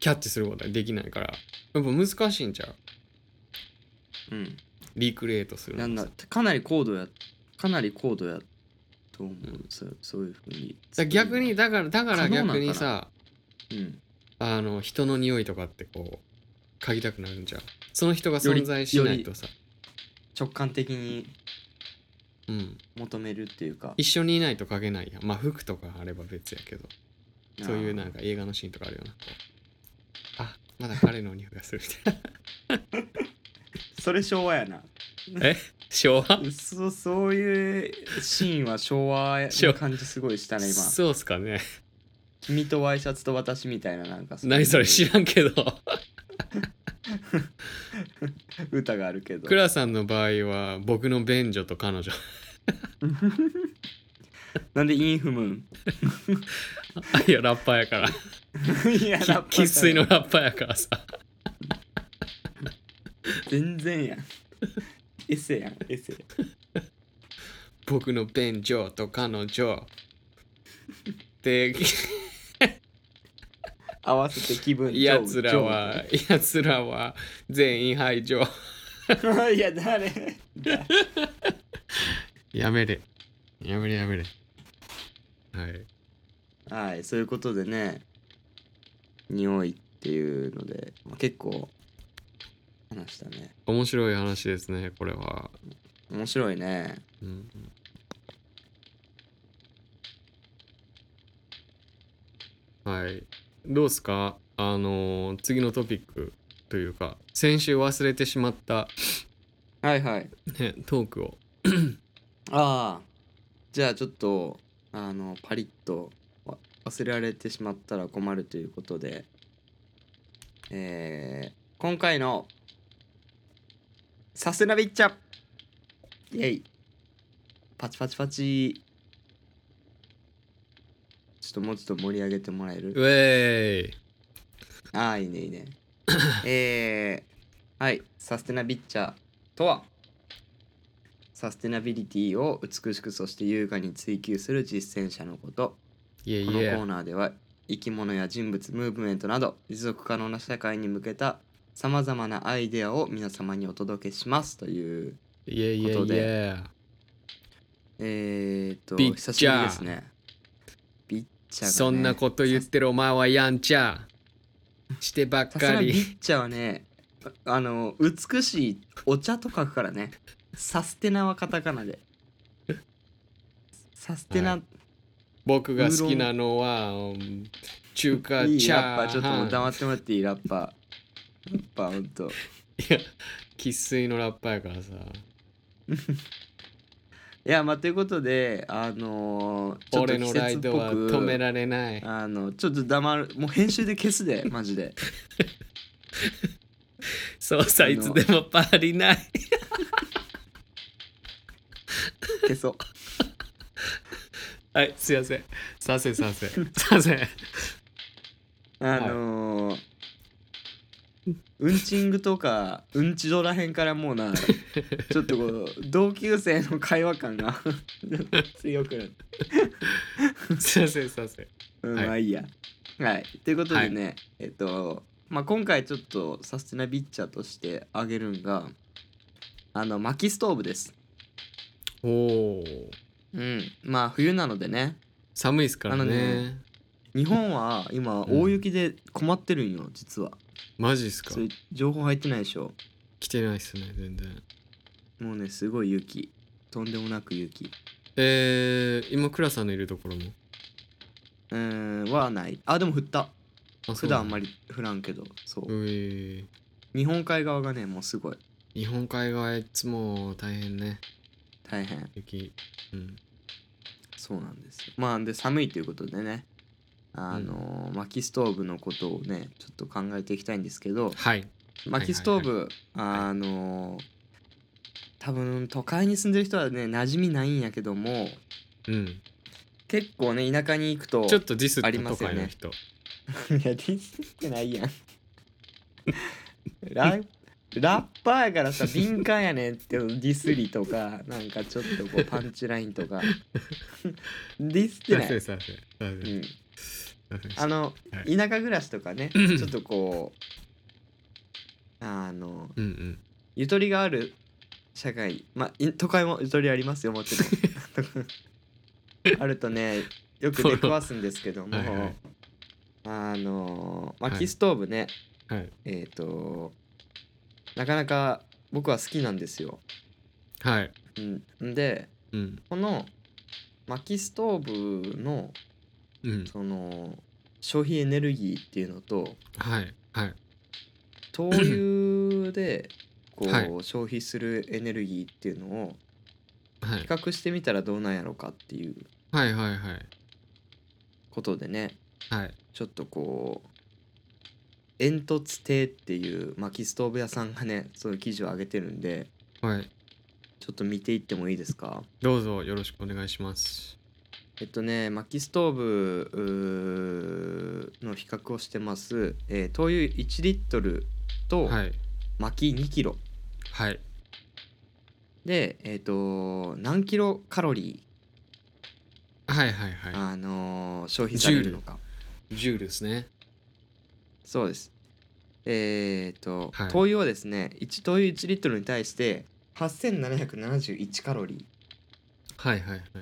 Speaker 1: キャッチすることはできないからやっぱ難しいんちゃう
Speaker 2: うん
Speaker 1: リクリエイトする
Speaker 2: なん
Speaker 1: の
Speaker 2: だ
Speaker 1: さ
Speaker 2: かなり高度やかなり高度やと思う、そうそういうふうに
Speaker 1: だ逆にだからだから
Speaker 2: 可能なんか
Speaker 1: 逆
Speaker 2: な
Speaker 1: にさ
Speaker 2: うん
Speaker 1: あの人の匂いとかってこう嗅ぎたくなるんちゃうその人が
Speaker 2: より
Speaker 1: 存在しないとさ、
Speaker 2: 直感的に
Speaker 1: うん、
Speaker 2: 求めるっていうか
Speaker 1: 一緒にいないと嗅げないやんまあ服とかあれば別やけどそういうなんか映画のシーンとかあるよな。こうあまだ彼の匂いがするみたい
Speaker 2: それ昭和やな
Speaker 1: な。え昭和
Speaker 2: そそういうシーンは昭和の感じすごいしたね今
Speaker 1: そうっすかね。
Speaker 2: 君とワイシャツと私みたいななんかういう
Speaker 1: 何それ知らんけど。
Speaker 2: 歌があるけど
Speaker 1: クラさんの場合は僕の便所と彼女。 *laughs*
Speaker 2: なんでインフムン
Speaker 1: あいや *laughs* ラッパーやから。
Speaker 2: い *laughs* やラッパ
Speaker 1: 生粋の
Speaker 2: ー
Speaker 1: ラッパーやからさ。
Speaker 2: 全然やんエセやんエセ
Speaker 1: 僕の便所と彼女。 *laughs* で、
Speaker 2: 合わせて気分
Speaker 1: やつらは、やつらは全員排除。
Speaker 2: 上 *laughs* いや誰
Speaker 1: やめれ。やめれやめれ。はい。
Speaker 2: はいそういうことでね匂いっていうのでまあ結構話したね
Speaker 1: 面白い話ですね、これは。
Speaker 2: 面白いね
Speaker 1: うんはいどうっすかあのー次のトピックというか先週忘れてしまった、 *laughs*
Speaker 2: はいはい
Speaker 1: ね、トークを
Speaker 2: ああじゃあちょっとあのパリッとわ忘れられてしまったら困るということでえー、今回の「サスナビッチャ」イェイパチパチパチちょっともうちょっと盛り上げてもらえる
Speaker 1: ウェーイ
Speaker 2: ああいいねいいねえー、はいサステナビッチャーとはサステナビリティを美しくそして優雅に追求する実践者のこと
Speaker 1: いえ
Speaker 2: この
Speaker 1: い
Speaker 2: コ
Speaker 1: え
Speaker 2: ーナーでは生き物や人物ムーブメントなど持続可能な社会に向けたさまざまなアイデアを皆様にお届けしますという
Speaker 1: いえいえ
Speaker 2: こと
Speaker 1: い
Speaker 2: で
Speaker 1: え
Speaker 2: えー、っと
Speaker 1: ビッチャー
Speaker 2: 久しぶりですねビッチャーが、ね、
Speaker 1: そんなこと言ってるお前はやんちゃしてばっ
Speaker 2: さすが
Speaker 1: か
Speaker 2: にビ
Speaker 1: り
Speaker 2: ッチャはねああの美しいお茶と書くからねサステナはカタカナでサステナ、
Speaker 1: は僕が好きなのはうん中華
Speaker 2: い、い
Speaker 1: チャ
Speaker 2: ラッパ
Speaker 1: ー
Speaker 2: ーちょっとも
Speaker 1: ハ
Speaker 2: う
Speaker 1: ン
Speaker 2: 黙ってもらっていいラッパーラッパーほんと
Speaker 1: いや生粋のラッパーやからさ
Speaker 2: いやまあということであのー、ちょっと
Speaker 1: 俺
Speaker 2: 季
Speaker 1: のライ
Speaker 2: 節っ
Speaker 1: ド
Speaker 2: ぽ
Speaker 1: は
Speaker 2: く
Speaker 1: 止められない
Speaker 2: あのちょっと黙るもう編集で消すでマジで
Speaker 1: そうさいつでもパーリない
Speaker 2: 消そう
Speaker 1: はいすいませんさせさせさせ
Speaker 2: あのーうんちんぐとかうんちどらへんからもう *laughs* なちょっとこう同級生の会話感が *laughs* 強くなる、
Speaker 1: させさせ
Speaker 2: うん
Speaker 1: はい
Speaker 2: まあいいやはいということでね、えっと、まあ、今回ちょっとサステナビッチャーとしてあげるんがあの薪ストーブです
Speaker 1: おお
Speaker 2: うんまあ冬なのでね
Speaker 1: 寒いっすからね
Speaker 2: あのね日本は今大雪で困ってるんよ実は
Speaker 1: マジっすか
Speaker 2: そういう情報入ってないでしょ
Speaker 1: 来てないっすね全然
Speaker 2: もうねすごい雪とんでもなく雪
Speaker 1: えー、今倉さんのいるところも
Speaker 2: うーんはないあでも降った
Speaker 1: あ
Speaker 2: 普段あんま
Speaker 1: り
Speaker 2: り降らんけどそう、
Speaker 1: えー、
Speaker 2: 日本海側がねもうすごい
Speaker 1: 日本海側いつも大変ね
Speaker 2: 大変
Speaker 1: 雪うん
Speaker 2: そうなんですよまあで寒いということでねあの、薪ストーブのことをねちょっと考えていきたいんですけど
Speaker 1: はい
Speaker 2: 薪ストーブ、あの多分都会に住んでる人はね馴染みないんやけども
Speaker 1: うん
Speaker 2: 結構ね田舎に行くと
Speaker 1: ちょっとディスっ
Speaker 2: あ
Speaker 1: た
Speaker 2: りま
Speaker 1: 都
Speaker 2: すよ
Speaker 1: 会
Speaker 2: ね
Speaker 1: の人、
Speaker 2: いやディスってないやんララッパーやからさ敏感やねんっていうディスりとかなんかちょっとこうパンチラインとかディスって
Speaker 1: そう
Speaker 2: な
Speaker 1: そう
Speaker 2: い、
Speaker 1: そうそう
Speaker 2: う
Speaker 1: そ
Speaker 2: ん、
Speaker 1: うそう
Speaker 2: あの
Speaker 1: は
Speaker 2: 田舎暮らしとか
Speaker 1: *laughs*
Speaker 2: ね
Speaker 1: うん
Speaker 2: ちょっとこうあの
Speaker 1: うんうん
Speaker 2: ゆとりがある社会まあい都会もゆとりありますよもちろ
Speaker 1: *laughs*
Speaker 2: んあるとねよく出くわすんですけども
Speaker 1: はいはい
Speaker 2: あの
Speaker 1: い
Speaker 2: 薪ストーブね、
Speaker 1: はい
Speaker 2: えっ、となかなか僕は好きなんですよ。
Speaker 1: はい
Speaker 2: うん、で
Speaker 1: うん
Speaker 2: この薪ストーブの
Speaker 1: うん
Speaker 2: その消費エネルギーっていう
Speaker 1: *laughs*
Speaker 2: のと
Speaker 1: はいはい
Speaker 2: 灯油でこう、
Speaker 1: はい
Speaker 2: 消費するエネルギーっていうのを
Speaker 1: はい
Speaker 2: 比較してみたらどうなんやろかっていう
Speaker 1: はいはいはい
Speaker 2: ことでね
Speaker 1: はい
Speaker 2: ちょっとこう煙突亭っていう薪ストーブ屋さんがねそういう記事を上げてるんで
Speaker 1: はい
Speaker 2: ちょっと見ていってもいいですか
Speaker 1: どうぞよろしくお願いします
Speaker 2: えっとね薪ストーブうーの比較をしてます、えー灯油1リットルと
Speaker 1: はい
Speaker 2: 薪2キロ
Speaker 1: はい
Speaker 2: でえっ、と何キロカロリ
Speaker 1: はいはいは
Speaker 2: ー、
Speaker 1: い
Speaker 2: あのー消費され
Speaker 1: ジュー
Speaker 2: る
Speaker 1: ル
Speaker 2: のか
Speaker 1: ジュールですね
Speaker 2: そうです。えっ、と、
Speaker 1: はい
Speaker 2: 灯油はですね、1灯油1リットルに対して8771カロリ
Speaker 1: はいはいはい
Speaker 2: ー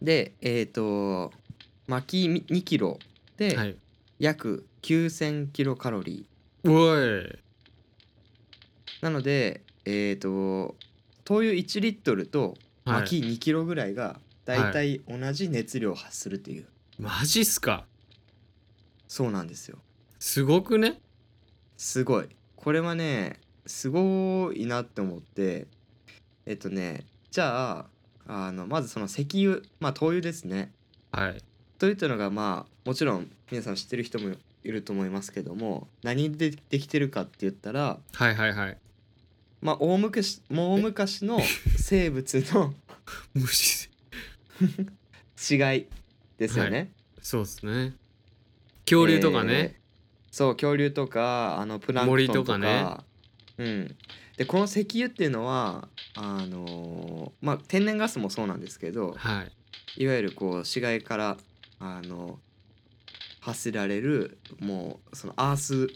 Speaker 2: で、えっ、と薪2キロ
Speaker 1: は
Speaker 2: で
Speaker 1: い。
Speaker 2: 約9000キロカロリ
Speaker 1: おい。
Speaker 2: ーなので、えっ、と灯油1リットルと
Speaker 1: はい
Speaker 2: 薪2キロぐらいがだいたい同じ熱量を発するという、
Speaker 1: マジっすか。
Speaker 2: そうなんですよ。
Speaker 1: すごくね。
Speaker 2: すごいこれはねすごいなって思ってえっとねじゃああのまずその石油まあ灯油ですね
Speaker 1: はい。
Speaker 2: というのがまあもちろん皆さん知ってる人もいると思いますけども何でできてるかって言ったら
Speaker 1: はいはいはい。
Speaker 2: まあ大昔もう大昔の生物の
Speaker 1: 無視。
Speaker 2: 違いですよね。
Speaker 1: そうですね。恐竜とかね。
Speaker 2: えーそう恐竜とかあのプランクトンとか
Speaker 1: 森と
Speaker 2: うん、でこの石油っていうのはあのーまあ、天然ガスもそうなんですけど
Speaker 1: はい。
Speaker 2: いわゆるこう死骸から、あの発せられるもうそのアース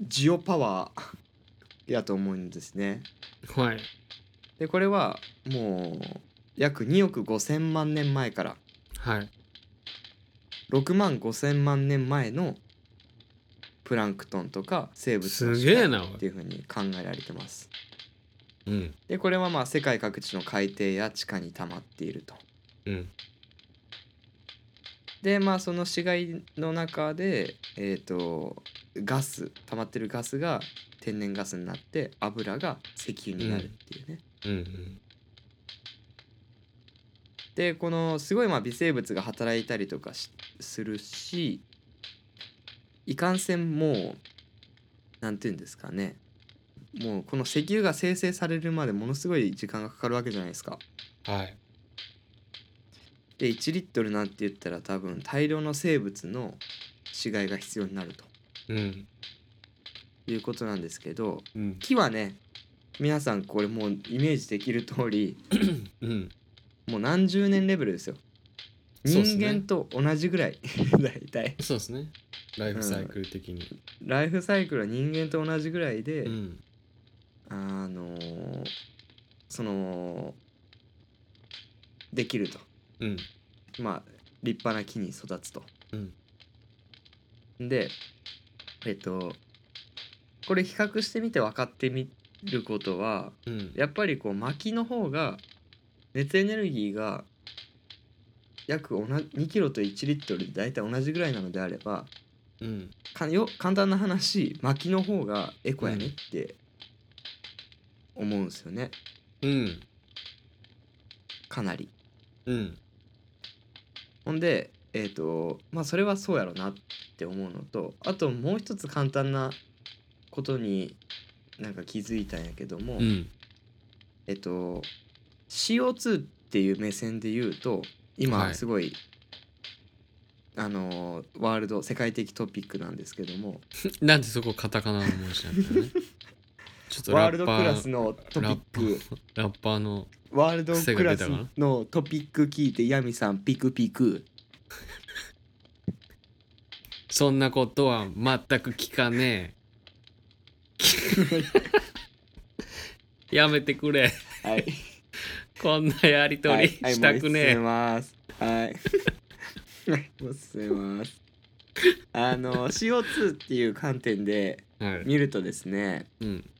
Speaker 2: ジオパワー *laughs* やと思うんですね。
Speaker 1: はい。
Speaker 2: でこれはもう約2億5,000万年前から
Speaker 1: はい。
Speaker 2: 6万5,000万年前のプランクトンとか生物の
Speaker 1: すげえな。お
Speaker 2: っ
Speaker 1: い
Speaker 2: ていうふうに考えられてます。
Speaker 1: うん。
Speaker 2: でこれはまあ世界各地の海底や地下に溜まっていると。
Speaker 1: うん。
Speaker 2: でまあその死骸の中でえっ、とガス溜まってるガスが天然ガスになって油が石油になるっていうね。
Speaker 1: うんうん。
Speaker 2: でこのすごいまあ微生物が働いたりとかしするしいかんせんもうなんていうんですかねもうこの石油が生成されるまでものすごい時間がかかるわけじゃないですか。
Speaker 1: はい。
Speaker 2: で1リットルなんて言ったら多分大量の生物の死骸が必要になると
Speaker 1: うん。
Speaker 2: いうことなんですけど
Speaker 1: うん。
Speaker 2: 木はね皆さんこれもうイメージできる通り
Speaker 1: うん。
Speaker 2: もう何十年レベルですよ
Speaker 1: そう
Speaker 2: 人
Speaker 1: っすね
Speaker 2: 間と同じぐらい *laughs* 大体
Speaker 1: そうですね。ライフサイクル的に。
Speaker 2: ライフサイクルは人間と同じぐらいで、
Speaker 1: うん。
Speaker 2: あのーそのできると
Speaker 1: うん。
Speaker 2: まあ立派な木に育つと。
Speaker 1: うん
Speaker 2: でえっとこれ比較してみて分かってみることは
Speaker 1: うん。
Speaker 2: やっぱりこう薪の方が熱エネルギーが約同じ2キロと1リットルで大体同じぐらいなのであれば
Speaker 1: うん
Speaker 2: かよ簡単な話薪の方がエコやねって思うんですよね
Speaker 1: うん
Speaker 2: かなり。
Speaker 1: うん
Speaker 2: ほんでえっ、とまあそれはそうやろなって思うのとあともう一つ簡単なことになんか気づいたんやけども、
Speaker 1: うん
Speaker 2: えっと CO2 っていう目線で言うと
Speaker 1: は
Speaker 2: 今
Speaker 1: い
Speaker 2: すごい、あのーワールド世界的トピックなんですけども
Speaker 1: なんでそこカタカナの文字なんだ
Speaker 2: *laughs*
Speaker 1: よねちょっと
Speaker 2: ワー
Speaker 1: ラ
Speaker 2: ル
Speaker 1: ッ
Speaker 2: ドク
Speaker 1: パー
Speaker 2: ラスのトピック
Speaker 1: ラッパーの
Speaker 2: ワールド
Speaker 1: 癖
Speaker 2: ク
Speaker 1: が
Speaker 2: ラ
Speaker 1: 出
Speaker 2: ス
Speaker 1: たかな
Speaker 2: のトピック聞いてヤミさんピクピク
Speaker 1: そんなことは全く聞かねえやめてくれ
Speaker 2: はい
Speaker 1: こんなやりとり
Speaker 2: はい
Speaker 1: したくねえ、
Speaker 2: はい、もう進めますはいはいもう進めますあの CO2 っていう観点で
Speaker 1: はい
Speaker 2: 見るとですね
Speaker 1: うん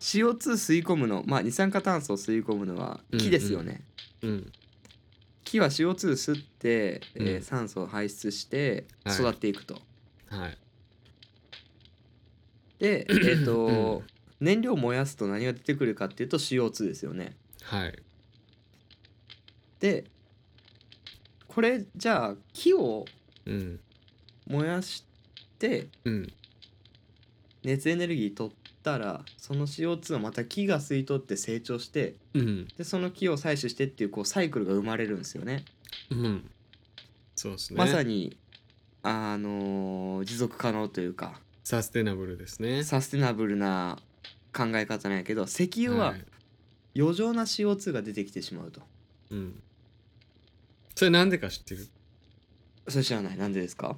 Speaker 2: CO2 吸い込むのまあ二酸化炭素を吸い込むのは木ですよね、
Speaker 1: うん
Speaker 2: 木は CO2 吸って、えー
Speaker 1: うん
Speaker 2: 酸素を排出して
Speaker 1: はい
Speaker 2: 育っていくと、
Speaker 1: はい *coughs*
Speaker 2: でえっ、と、
Speaker 1: うん
Speaker 2: 燃料を燃やすと何が出てくるかっていうと CO2 ですよね
Speaker 1: はい
Speaker 2: でこれじゃあ木を
Speaker 1: うん
Speaker 2: 燃やして
Speaker 1: うん
Speaker 2: 熱エネルギー取ったらその CO2 をまた木が吸い取って成長して
Speaker 1: うん
Speaker 2: でその木を採取してっていうこうサイクルが生まれるんですよね
Speaker 1: うんそうですね
Speaker 2: まさにあのー持続可能というか
Speaker 1: サステナブルですね
Speaker 2: サステナブルな考え方なんやけど石油はい余剰な CO2 が出てきてしまうと
Speaker 1: うんそれなんでか知ってる
Speaker 2: それ知らないなんでですか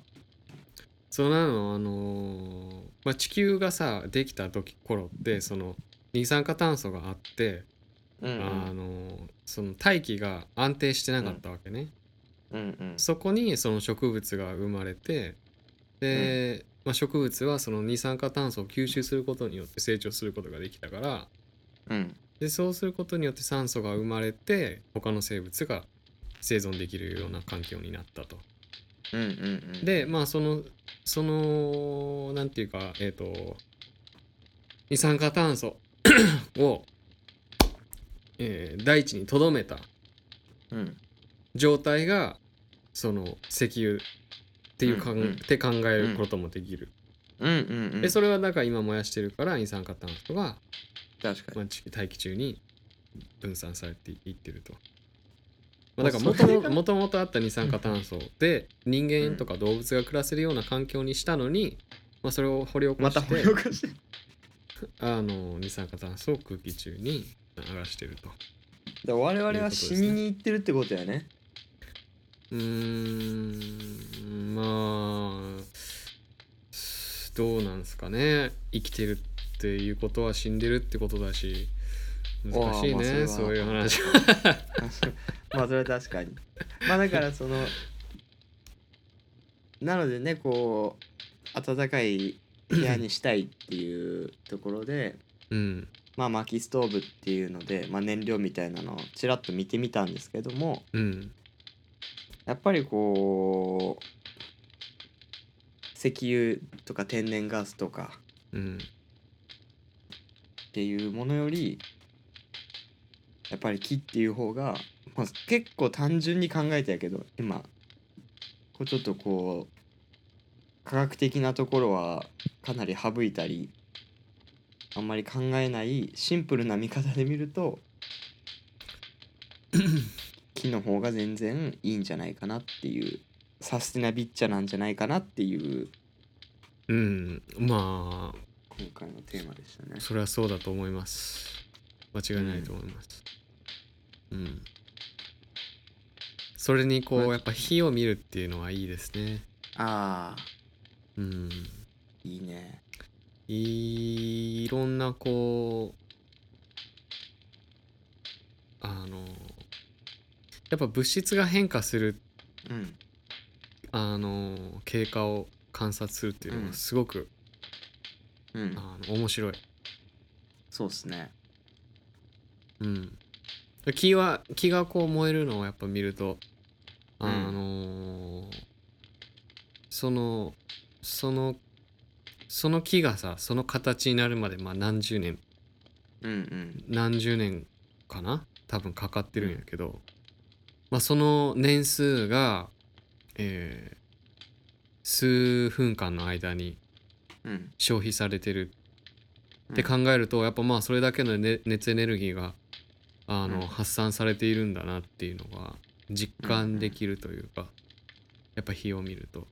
Speaker 1: そんなのあのーまあ、地球がさできた時頃ってその二酸化炭素があって、
Speaker 2: うんう
Speaker 1: あ
Speaker 2: ん
Speaker 1: のーその大気が安定してなかったわけね、
Speaker 2: うんうん
Speaker 1: そこにその植物が生まれてで、まあ、植物はその二酸化炭素を吸収することによって成長することができたから
Speaker 2: うん
Speaker 1: でそうすることによって酸素が生まれて他の生物が生存できるような環境になったと。
Speaker 2: うんうん
Speaker 1: でまあそのそのなんていうかえっ、と二酸化炭素 *coughs* を、えー大地に留めた
Speaker 2: うん
Speaker 1: 状態がその石油っていうかん、
Speaker 2: うんうん
Speaker 1: って考えることもできる。
Speaker 2: うんうんうん
Speaker 1: でそれはだから今燃やしてるから二酸化炭素が、
Speaker 2: 確か
Speaker 1: ま
Speaker 2: に
Speaker 1: あ、地大気中に分散されていってると。まあ、
Speaker 2: まあ
Speaker 1: だから
Speaker 2: そ
Speaker 1: も
Speaker 2: れ
Speaker 1: と
Speaker 2: が
Speaker 1: もともともとあった二酸化炭素で人間とか動物が暮らせるような環境にしたのに、まあ、それを掘り起こ
Speaker 2: ま
Speaker 1: したて、
Speaker 2: 掘り起こして
Speaker 1: あの二酸化炭素を空気中に流してると。
Speaker 2: で我々は死にに行ってるってことやね
Speaker 1: うーんまあどうなんですかね生きてるっていうことは死んでるってことだし難しい
Speaker 2: あーまあそれ
Speaker 1: ね
Speaker 2: は
Speaker 1: そういう話は
Speaker 2: *laughs* まあそれは確かにまあだからそのなのでねこう暖かい部屋にしたいっていうところで
Speaker 1: うん
Speaker 2: まあ薪ストーブっていうので、まあ、燃料みたいなのをちらっと見てみたんですけども
Speaker 1: うん
Speaker 2: やっぱりこう石油とか天然ガスとか
Speaker 1: うん
Speaker 2: っていうものよりやっぱり木っていう方が、まあ、結構単純に考えてやけど今こうちょっとこう科学的なところはかなり省いたりあんまり考えないシンプルな見方で見ると *clears throat* 木の方が全然いいんじゃないかなっていうサステナビッチャなんじゃないかなっていう
Speaker 1: うんま
Speaker 2: 今回のテーマでしたね
Speaker 1: あ。それはそうだと思います間違いないと思いますうん、それにこ
Speaker 2: ま
Speaker 1: う
Speaker 2: あ
Speaker 1: やっぱ火を見るっていうのはいいですね
Speaker 2: ああ
Speaker 1: うん
Speaker 2: いいね。
Speaker 1: いろんなこうあのやっぱ物質が変化する
Speaker 2: うん
Speaker 1: あの経過を観察するっていうの
Speaker 2: うん
Speaker 1: がすごく、
Speaker 2: うん
Speaker 1: あの面白い、
Speaker 2: そうっすね。
Speaker 1: うん、気は気がこう燃えるのをやっぱ見ると
Speaker 2: うん
Speaker 1: あのーそのそのその木がさその形になるまでまあ何十年
Speaker 2: うんうん
Speaker 1: 何十年かな多分かかってるんやけど、まあ、その年数が、えー数分間の間に
Speaker 2: うん
Speaker 1: 消費されてるって考えると、やっぱまあそれだけの、ね、熱エネルギーがあの、
Speaker 2: うん
Speaker 1: 発散されているんだなっていうのが実感できるというか、やっぱ火を見ると、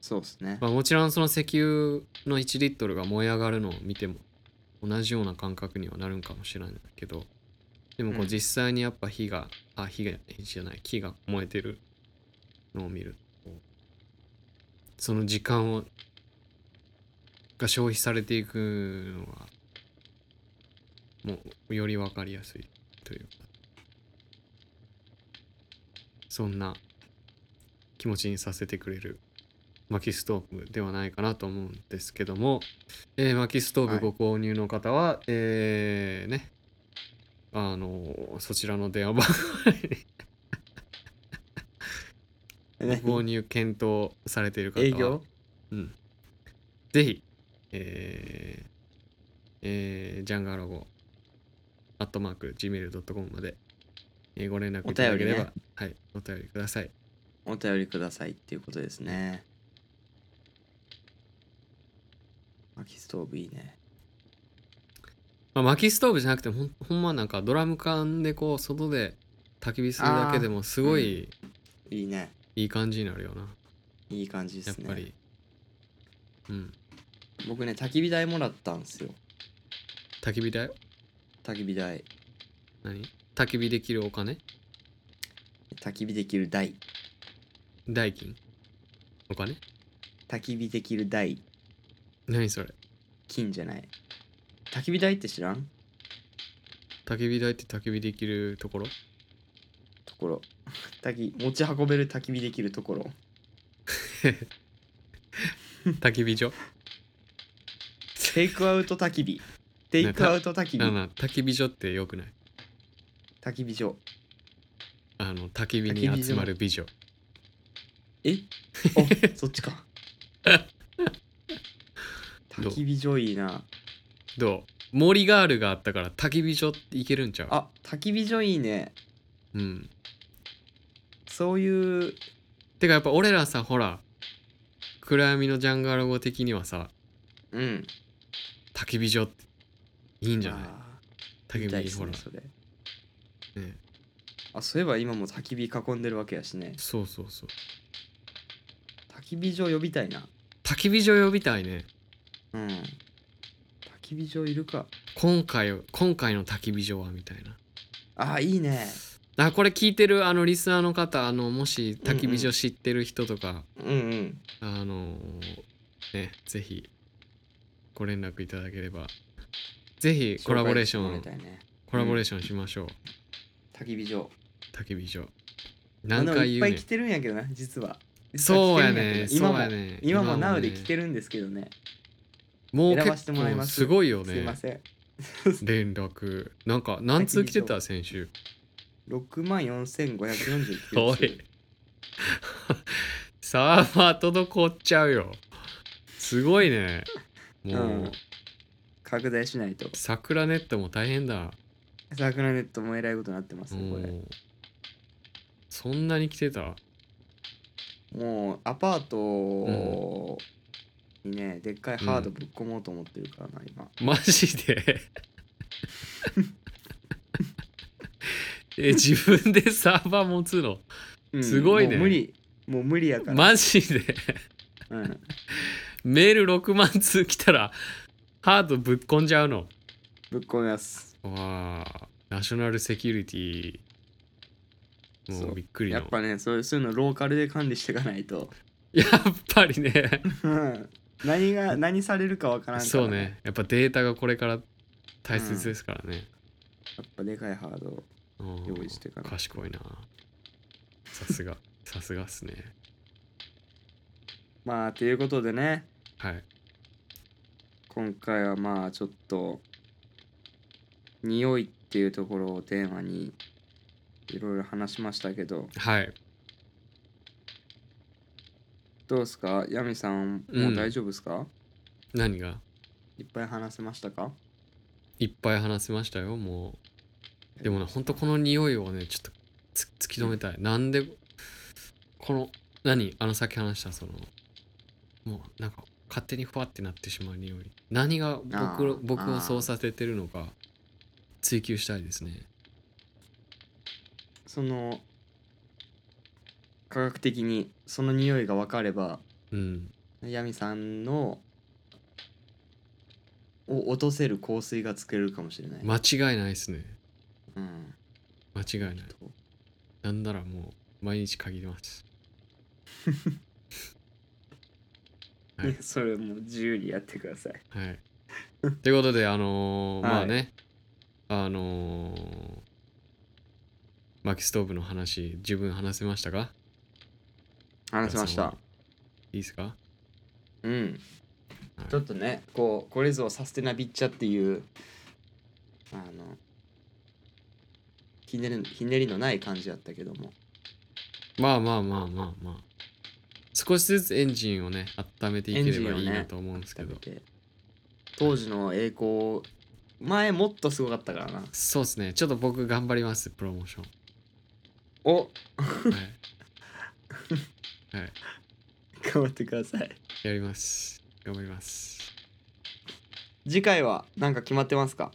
Speaker 2: そうですね、
Speaker 1: まあ、もちろんその石油の1リットルが燃え上がるのを見ても同じような感覚にはなるんかもしれないけどでもこ
Speaker 2: う
Speaker 1: うん実際にやっぱ火が、あ火が火じゃない木が燃えてるのを見るとその時間をが消費されていくのはもうより分かりやすいというかそんな気持ちにさせてくれる薪ストーブではないかなと思うんですけども、えー、薪ストー
Speaker 2: はい
Speaker 1: ブご購入の方は、えーねあのーそちらの電話番号を購入検討されている方は
Speaker 2: 営業
Speaker 1: うん、ぜひ、えーえージャンガロゴ、アットマーク、gmail.com まで、えーご連絡いただければ、
Speaker 2: お便
Speaker 1: はい、お便りください。
Speaker 2: お便りくださいっていうことですね薪ストーブいいね
Speaker 1: まあ、薪ストーブじゃなくてほん、ほんまなんかドラム缶でこう、外で焚き火するだけでも、すごい
Speaker 2: いいね
Speaker 1: いい感じになるよな、
Speaker 2: いい感じで
Speaker 1: やっ
Speaker 2: すね
Speaker 1: ぱり。うん、
Speaker 2: 僕ね焚き火台もらったんですよ
Speaker 1: 焚き火だよ。
Speaker 2: 焚き火台
Speaker 1: 何焚き火できるお金
Speaker 2: 焚き火できる台
Speaker 1: 代金お金
Speaker 2: 焚き火できる台
Speaker 1: 何それ
Speaker 2: 金じゃない焚き火台って知らん
Speaker 1: 焚き火台って焚き火できるところ
Speaker 2: ところ *laughs* 焚き持ち運べる焚き火できるところ
Speaker 1: 焚き火所
Speaker 2: テイクアウト焚き火テイクアウト焚き
Speaker 1: あ
Speaker 2: 火
Speaker 1: の焚き火所ってよくない
Speaker 2: 焚き火所
Speaker 1: あの焚き火
Speaker 2: 焚
Speaker 1: に
Speaker 2: き火所
Speaker 1: 集まる美女
Speaker 2: えおそっ
Speaker 1: *laughs*
Speaker 2: ちか
Speaker 1: どう
Speaker 2: 焚き火所いいな
Speaker 1: どう森ガールがあったから焚き火所って行けるんちゃう
Speaker 2: あ焚き火所いいね
Speaker 1: うん
Speaker 2: そういう
Speaker 1: てかやっぱ俺らさほら暗闇のジャンガロゴ的にはさ
Speaker 2: うん
Speaker 1: 焚き火所っていいんじゃない
Speaker 2: あー
Speaker 1: 焚
Speaker 2: 見たい
Speaker 1: き
Speaker 2: で
Speaker 1: 火
Speaker 2: す
Speaker 1: ほら、
Speaker 2: ねそれ
Speaker 1: ね、
Speaker 2: あそういえば今も焚き火囲んでるわけやしね
Speaker 1: そうそうそう
Speaker 2: 焚き火場呼びたいな
Speaker 1: 焚き火所呼びたいね
Speaker 2: うん焚き火場いるか
Speaker 1: 今回今回の焚き火所はみたいな
Speaker 2: あーいいね
Speaker 1: あこれ聞いてるあのリスナーの方あのもし焚き火所知ってる人とか、
Speaker 2: うんうん
Speaker 1: あのーね、ぜひご連絡いただければ、ぜひコラボレーショ
Speaker 2: 紹介
Speaker 1: ン
Speaker 2: して、もらいたいね
Speaker 1: コラボレーションしましょう、
Speaker 2: 焚き火場
Speaker 1: 焚き火所。
Speaker 2: あ
Speaker 1: 何
Speaker 2: の
Speaker 1: 回
Speaker 2: い
Speaker 1: 言
Speaker 2: っ
Speaker 1: う
Speaker 2: ぱ
Speaker 1: ね
Speaker 2: い
Speaker 1: ん
Speaker 2: 来てるんやけどな実は実は
Speaker 1: そうや
Speaker 2: 来てるん
Speaker 1: ね、
Speaker 2: けど
Speaker 1: そ
Speaker 2: 今
Speaker 1: う
Speaker 2: も
Speaker 1: やね。
Speaker 2: 今も
Speaker 1: ね
Speaker 2: Now で来てるんですけどね
Speaker 1: もう
Speaker 2: 選ばせ
Speaker 1: 結
Speaker 2: てもらい
Speaker 1: 構
Speaker 2: ます
Speaker 1: すごいよ
Speaker 2: すい
Speaker 1: ね
Speaker 2: ま、せん
Speaker 1: 連絡。なんか何通来てた先週。
Speaker 2: 6万4549
Speaker 1: おいサーバー滞っちゃうよ。すごいね。もう、
Speaker 2: うん拡大しないと
Speaker 1: 桜ネットも大変だ。
Speaker 2: 桜ネットもえらいことになってます
Speaker 1: う
Speaker 2: ねこれ
Speaker 1: んそんなに来てた
Speaker 2: もうアパートにねでっかいハードぶっ込もうと思ってるからな今
Speaker 1: マジで *laughs* え自分でサーバー持つの
Speaker 2: うん
Speaker 1: すごいね
Speaker 2: もう無理もう無理やから
Speaker 1: マジで
Speaker 2: うん
Speaker 1: メール6万通来たらハードぶっこんじゃうの
Speaker 2: ぶっ込みます
Speaker 1: わあナショナルセキュリティも
Speaker 2: そうう
Speaker 1: びっくりの
Speaker 2: やっぱねそういうそういうのローカルで管理していかないと
Speaker 1: やっぱりね
Speaker 2: うん何が何されるかわからんから、
Speaker 1: そうねやっぱデータがこれから大切ですからね、
Speaker 2: やっぱでかいハード
Speaker 1: うん
Speaker 2: 用意してから
Speaker 1: 賢いなさすがさすがっすね
Speaker 2: まあということでね
Speaker 1: はい
Speaker 2: 今回はまあちょっと匂いってっていうところをテーマにいろいろ話しましたけど
Speaker 1: はい
Speaker 2: どうですかヤミさんもう大丈夫ですか、
Speaker 1: 何が
Speaker 2: いっぱい話せましたか
Speaker 1: いっぱい話せましたよもうでもねほんとこの匂いをねちょっとつ突き止めたいなんでこの何あのさっき話したそのもうなんか勝手にふわってなってしまう匂い何が
Speaker 2: あ
Speaker 1: 僕
Speaker 2: ー
Speaker 1: を僕を
Speaker 2: あー
Speaker 1: そうさせてるのか追求したいですね
Speaker 2: その科学的にその匂いが分かれば
Speaker 1: うん
Speaker 2: ヤミさんのを落とせる香水が作れるかもしれない、
Speaker 1: 間違いないですね
Speaker 2: うん、
Speaker 1: 間違いない
Speaker 2: と
Speaker 1: なんならもう毎日限りますはい
Speaker 2: *laughs* それもう自由にやってください
Speaker 1: はい。ということで、あのー
Speaker 2: はい
Speaker 1: まあね、あのー、薪ストーブの話、十分話せましたか
Speaker 2: 話しました
Speaker 1: いいですか
Speaker 2: うん
Speaker 1: はい
Speaker 2: ちょっとねこうこれぞサステナビッチャっていうあのひねるひねりのない感じやったけども
Speaker 1: まあまあまあまあまあ。少しずつエンジンをね、温めていければいいなと思うんですけ
Speaker 2: 食
Speaker 1: ど。
Speaker 2: べて当時の栄光前もっとすごかったからな
Speaker 1: そうですね。ちょっと僕頑張ります、プロモーショ
Speaker 2: お
Speaker 1: ン。はい。はい。
Speaker 2: 頑張ってください
Speaker 1: やります。頑張ります。
Speaker 2: 次回は何か決まってますか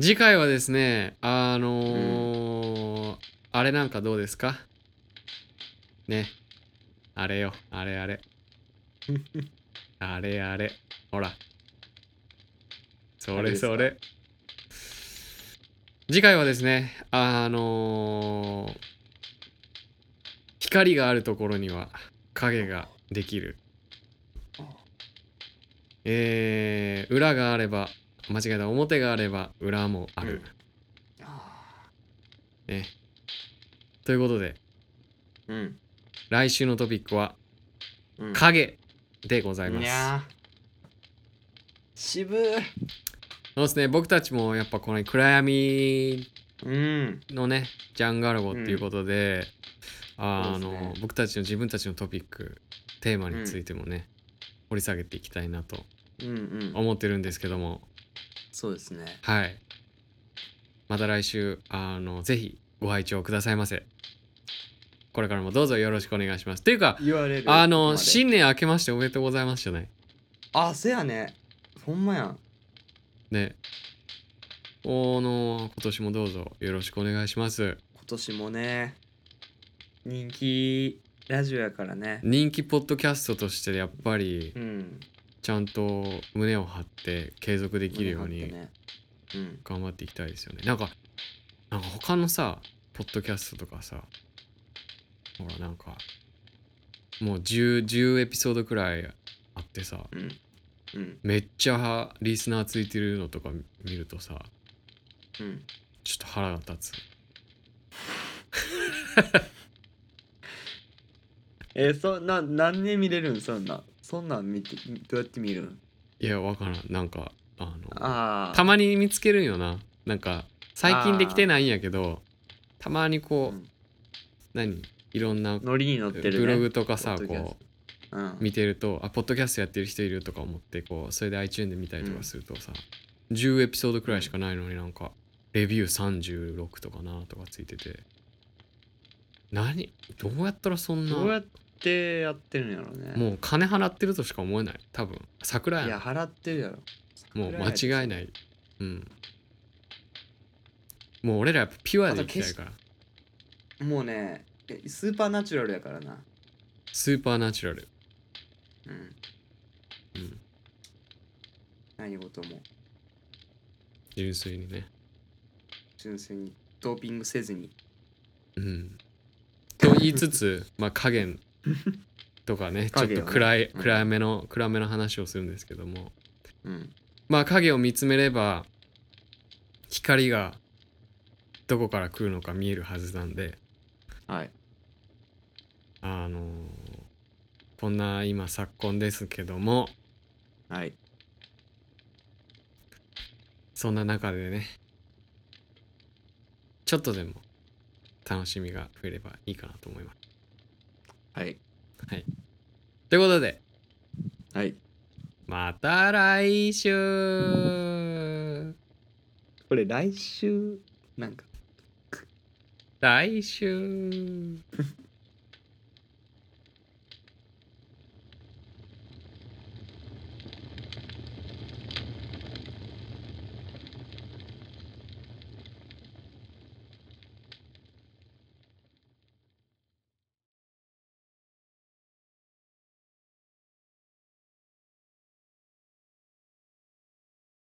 Speaker 1: 次回はですねあのーあれなんかどうですかねあれよあれあれあれあれほらそ
Speaker 2: あれ
Speaker 1: れ
Speaker 2: ですか
Speaker 1: それ次回はですねあのー光があるところには影ができるえー裏があれば間違えた表があれば裏もある、ね。ということで、
Speaker 2: うん
Speaker 1: 来週のトピックは
Speaker 2: うん
Speaker 1: 影でございま
Speaker 2: に
Speaker 1: す。
Speaker 2: ゃー渋い
Speaker 1: そうですね、僕たちもやっぱこの暗闇
Speaker 2: うん
Speaker 1: のね、ジャンガルゴっていうことで、あ
Speaker 2: そ
Speaker 1: の
Speaker 2: うですね
Speaker 1: 僕たちの自分たちのトピック、テーマについてもね、掘り下げていきたいなと
Speaker 2: うんうん
Speaker 1: 思ってるんですけども、
Speaker 2: そうですね
Speaker 1: はい。また来週、あの、ぜひご拝聴くださいませ。これからもどうぞよろしくお願いします。っていうか、
Speaker 2: 言われ
Speaker 1: あ
Speaker 2: るここま
Speaker 1: の、
Speaker 2: で
Speaker 1: 新年明けましておめでとうございますじゃない。
Speaker 2: あせやねほんまやん
Speaker 1: ね。おの今年もどうぞよろしくお願いします。
Speaker 2: 今年もね人気ラジオやからね
Speaker 1: 人気ポッドキャストとしてやっぱり
Speaker 2: うん
Speaker 1: ちゃんと胸を張って継続できるよう
Speaker 2: 胸
Speaker 1: に
Speaker 2: 張ってね
Speaker 1: 頑張っていきたいですよね。なんかなんか他のさポッドキャストとかさほらなんかもう 10, 10エピソードくらいあってさ
Speaker 2: うんうんうん
Speaker 1: めっちゃリスナーついてるのとか見るとさ
Speaker 2: うん
Speaker 1: ちょっと腹が立つ。
Speaker 2: えーそんな何年見れるんそんなそんなん見てどうやって見るん
Speaker 1: いやわからんなんかあの
Speaker 2: あ
Speaker 1: たまに見つけるんよななんか最近できてないんやけどたまに
Speaker 2: あ
Speaker 1: こう、何いろんな
Speaker 2: ノリに乗ってるね
Speaker 1: ブログとかさ
Speaker 2: ポッドキャス
Speaker 1: こ
Speaker 2: トうん
Speaker 1: う見てるとあポッドキャストやってる人いるとか思ってこうそれで iTunes で見たりとかするとさ、10エピソードくらいしかないのになんかレビュー36とかなとかついてて何どうやったらそん
Speaker 2: どうや
Speaker 1: な
Speaker 2: ってやってるんやろうね
Speaker 1: もう金払ってるとしか思えない多分桜
Speaker 2: い
Speaker 1: や
Speaker 2: や
Speaker 1: ん
Speaker 2: 払ってるやろ
Speaker 1: もう間違いないうんもう俺らやっぱピュアでいきたいから
Speaker 2: いもうねえスーパーナチュラルやからな
Speaker 1: スーパーナチュラル、
Speaker 2: うん
Speaker 1: うん、
Speaker 2: 何事も
Speaker 1: 純粋にね、
Speaker 2: 純粋にドーピングせずに
Speaker 1: うん、と言いつ
Speaker 2: *laughs*
Speaker 1: つまあ加減とかねちょっ
Speaker 2: 影をね
Speaker 1: と暗い、
Speaker 2: うん
Speaker 1: 暗めの暗めの話をするんですけども
Speaker 2: うん
Speaker 1: まあ影を見つめれば光がどこから来るのか見えるはずなんで
Speaker 2: はい
Speaker 1: あのーこんな今昨今ですけども
Speaker 2: はい
Speaker 1: そんな中でねちょっとでも楽しみが増えればいいかなと思います。
Speaker 2: はい
Speaker 1: ということで
Speaker 2: はい
Speaker 1: また来週
Speaker 2: これ来週なんか
Speaker 1: 来週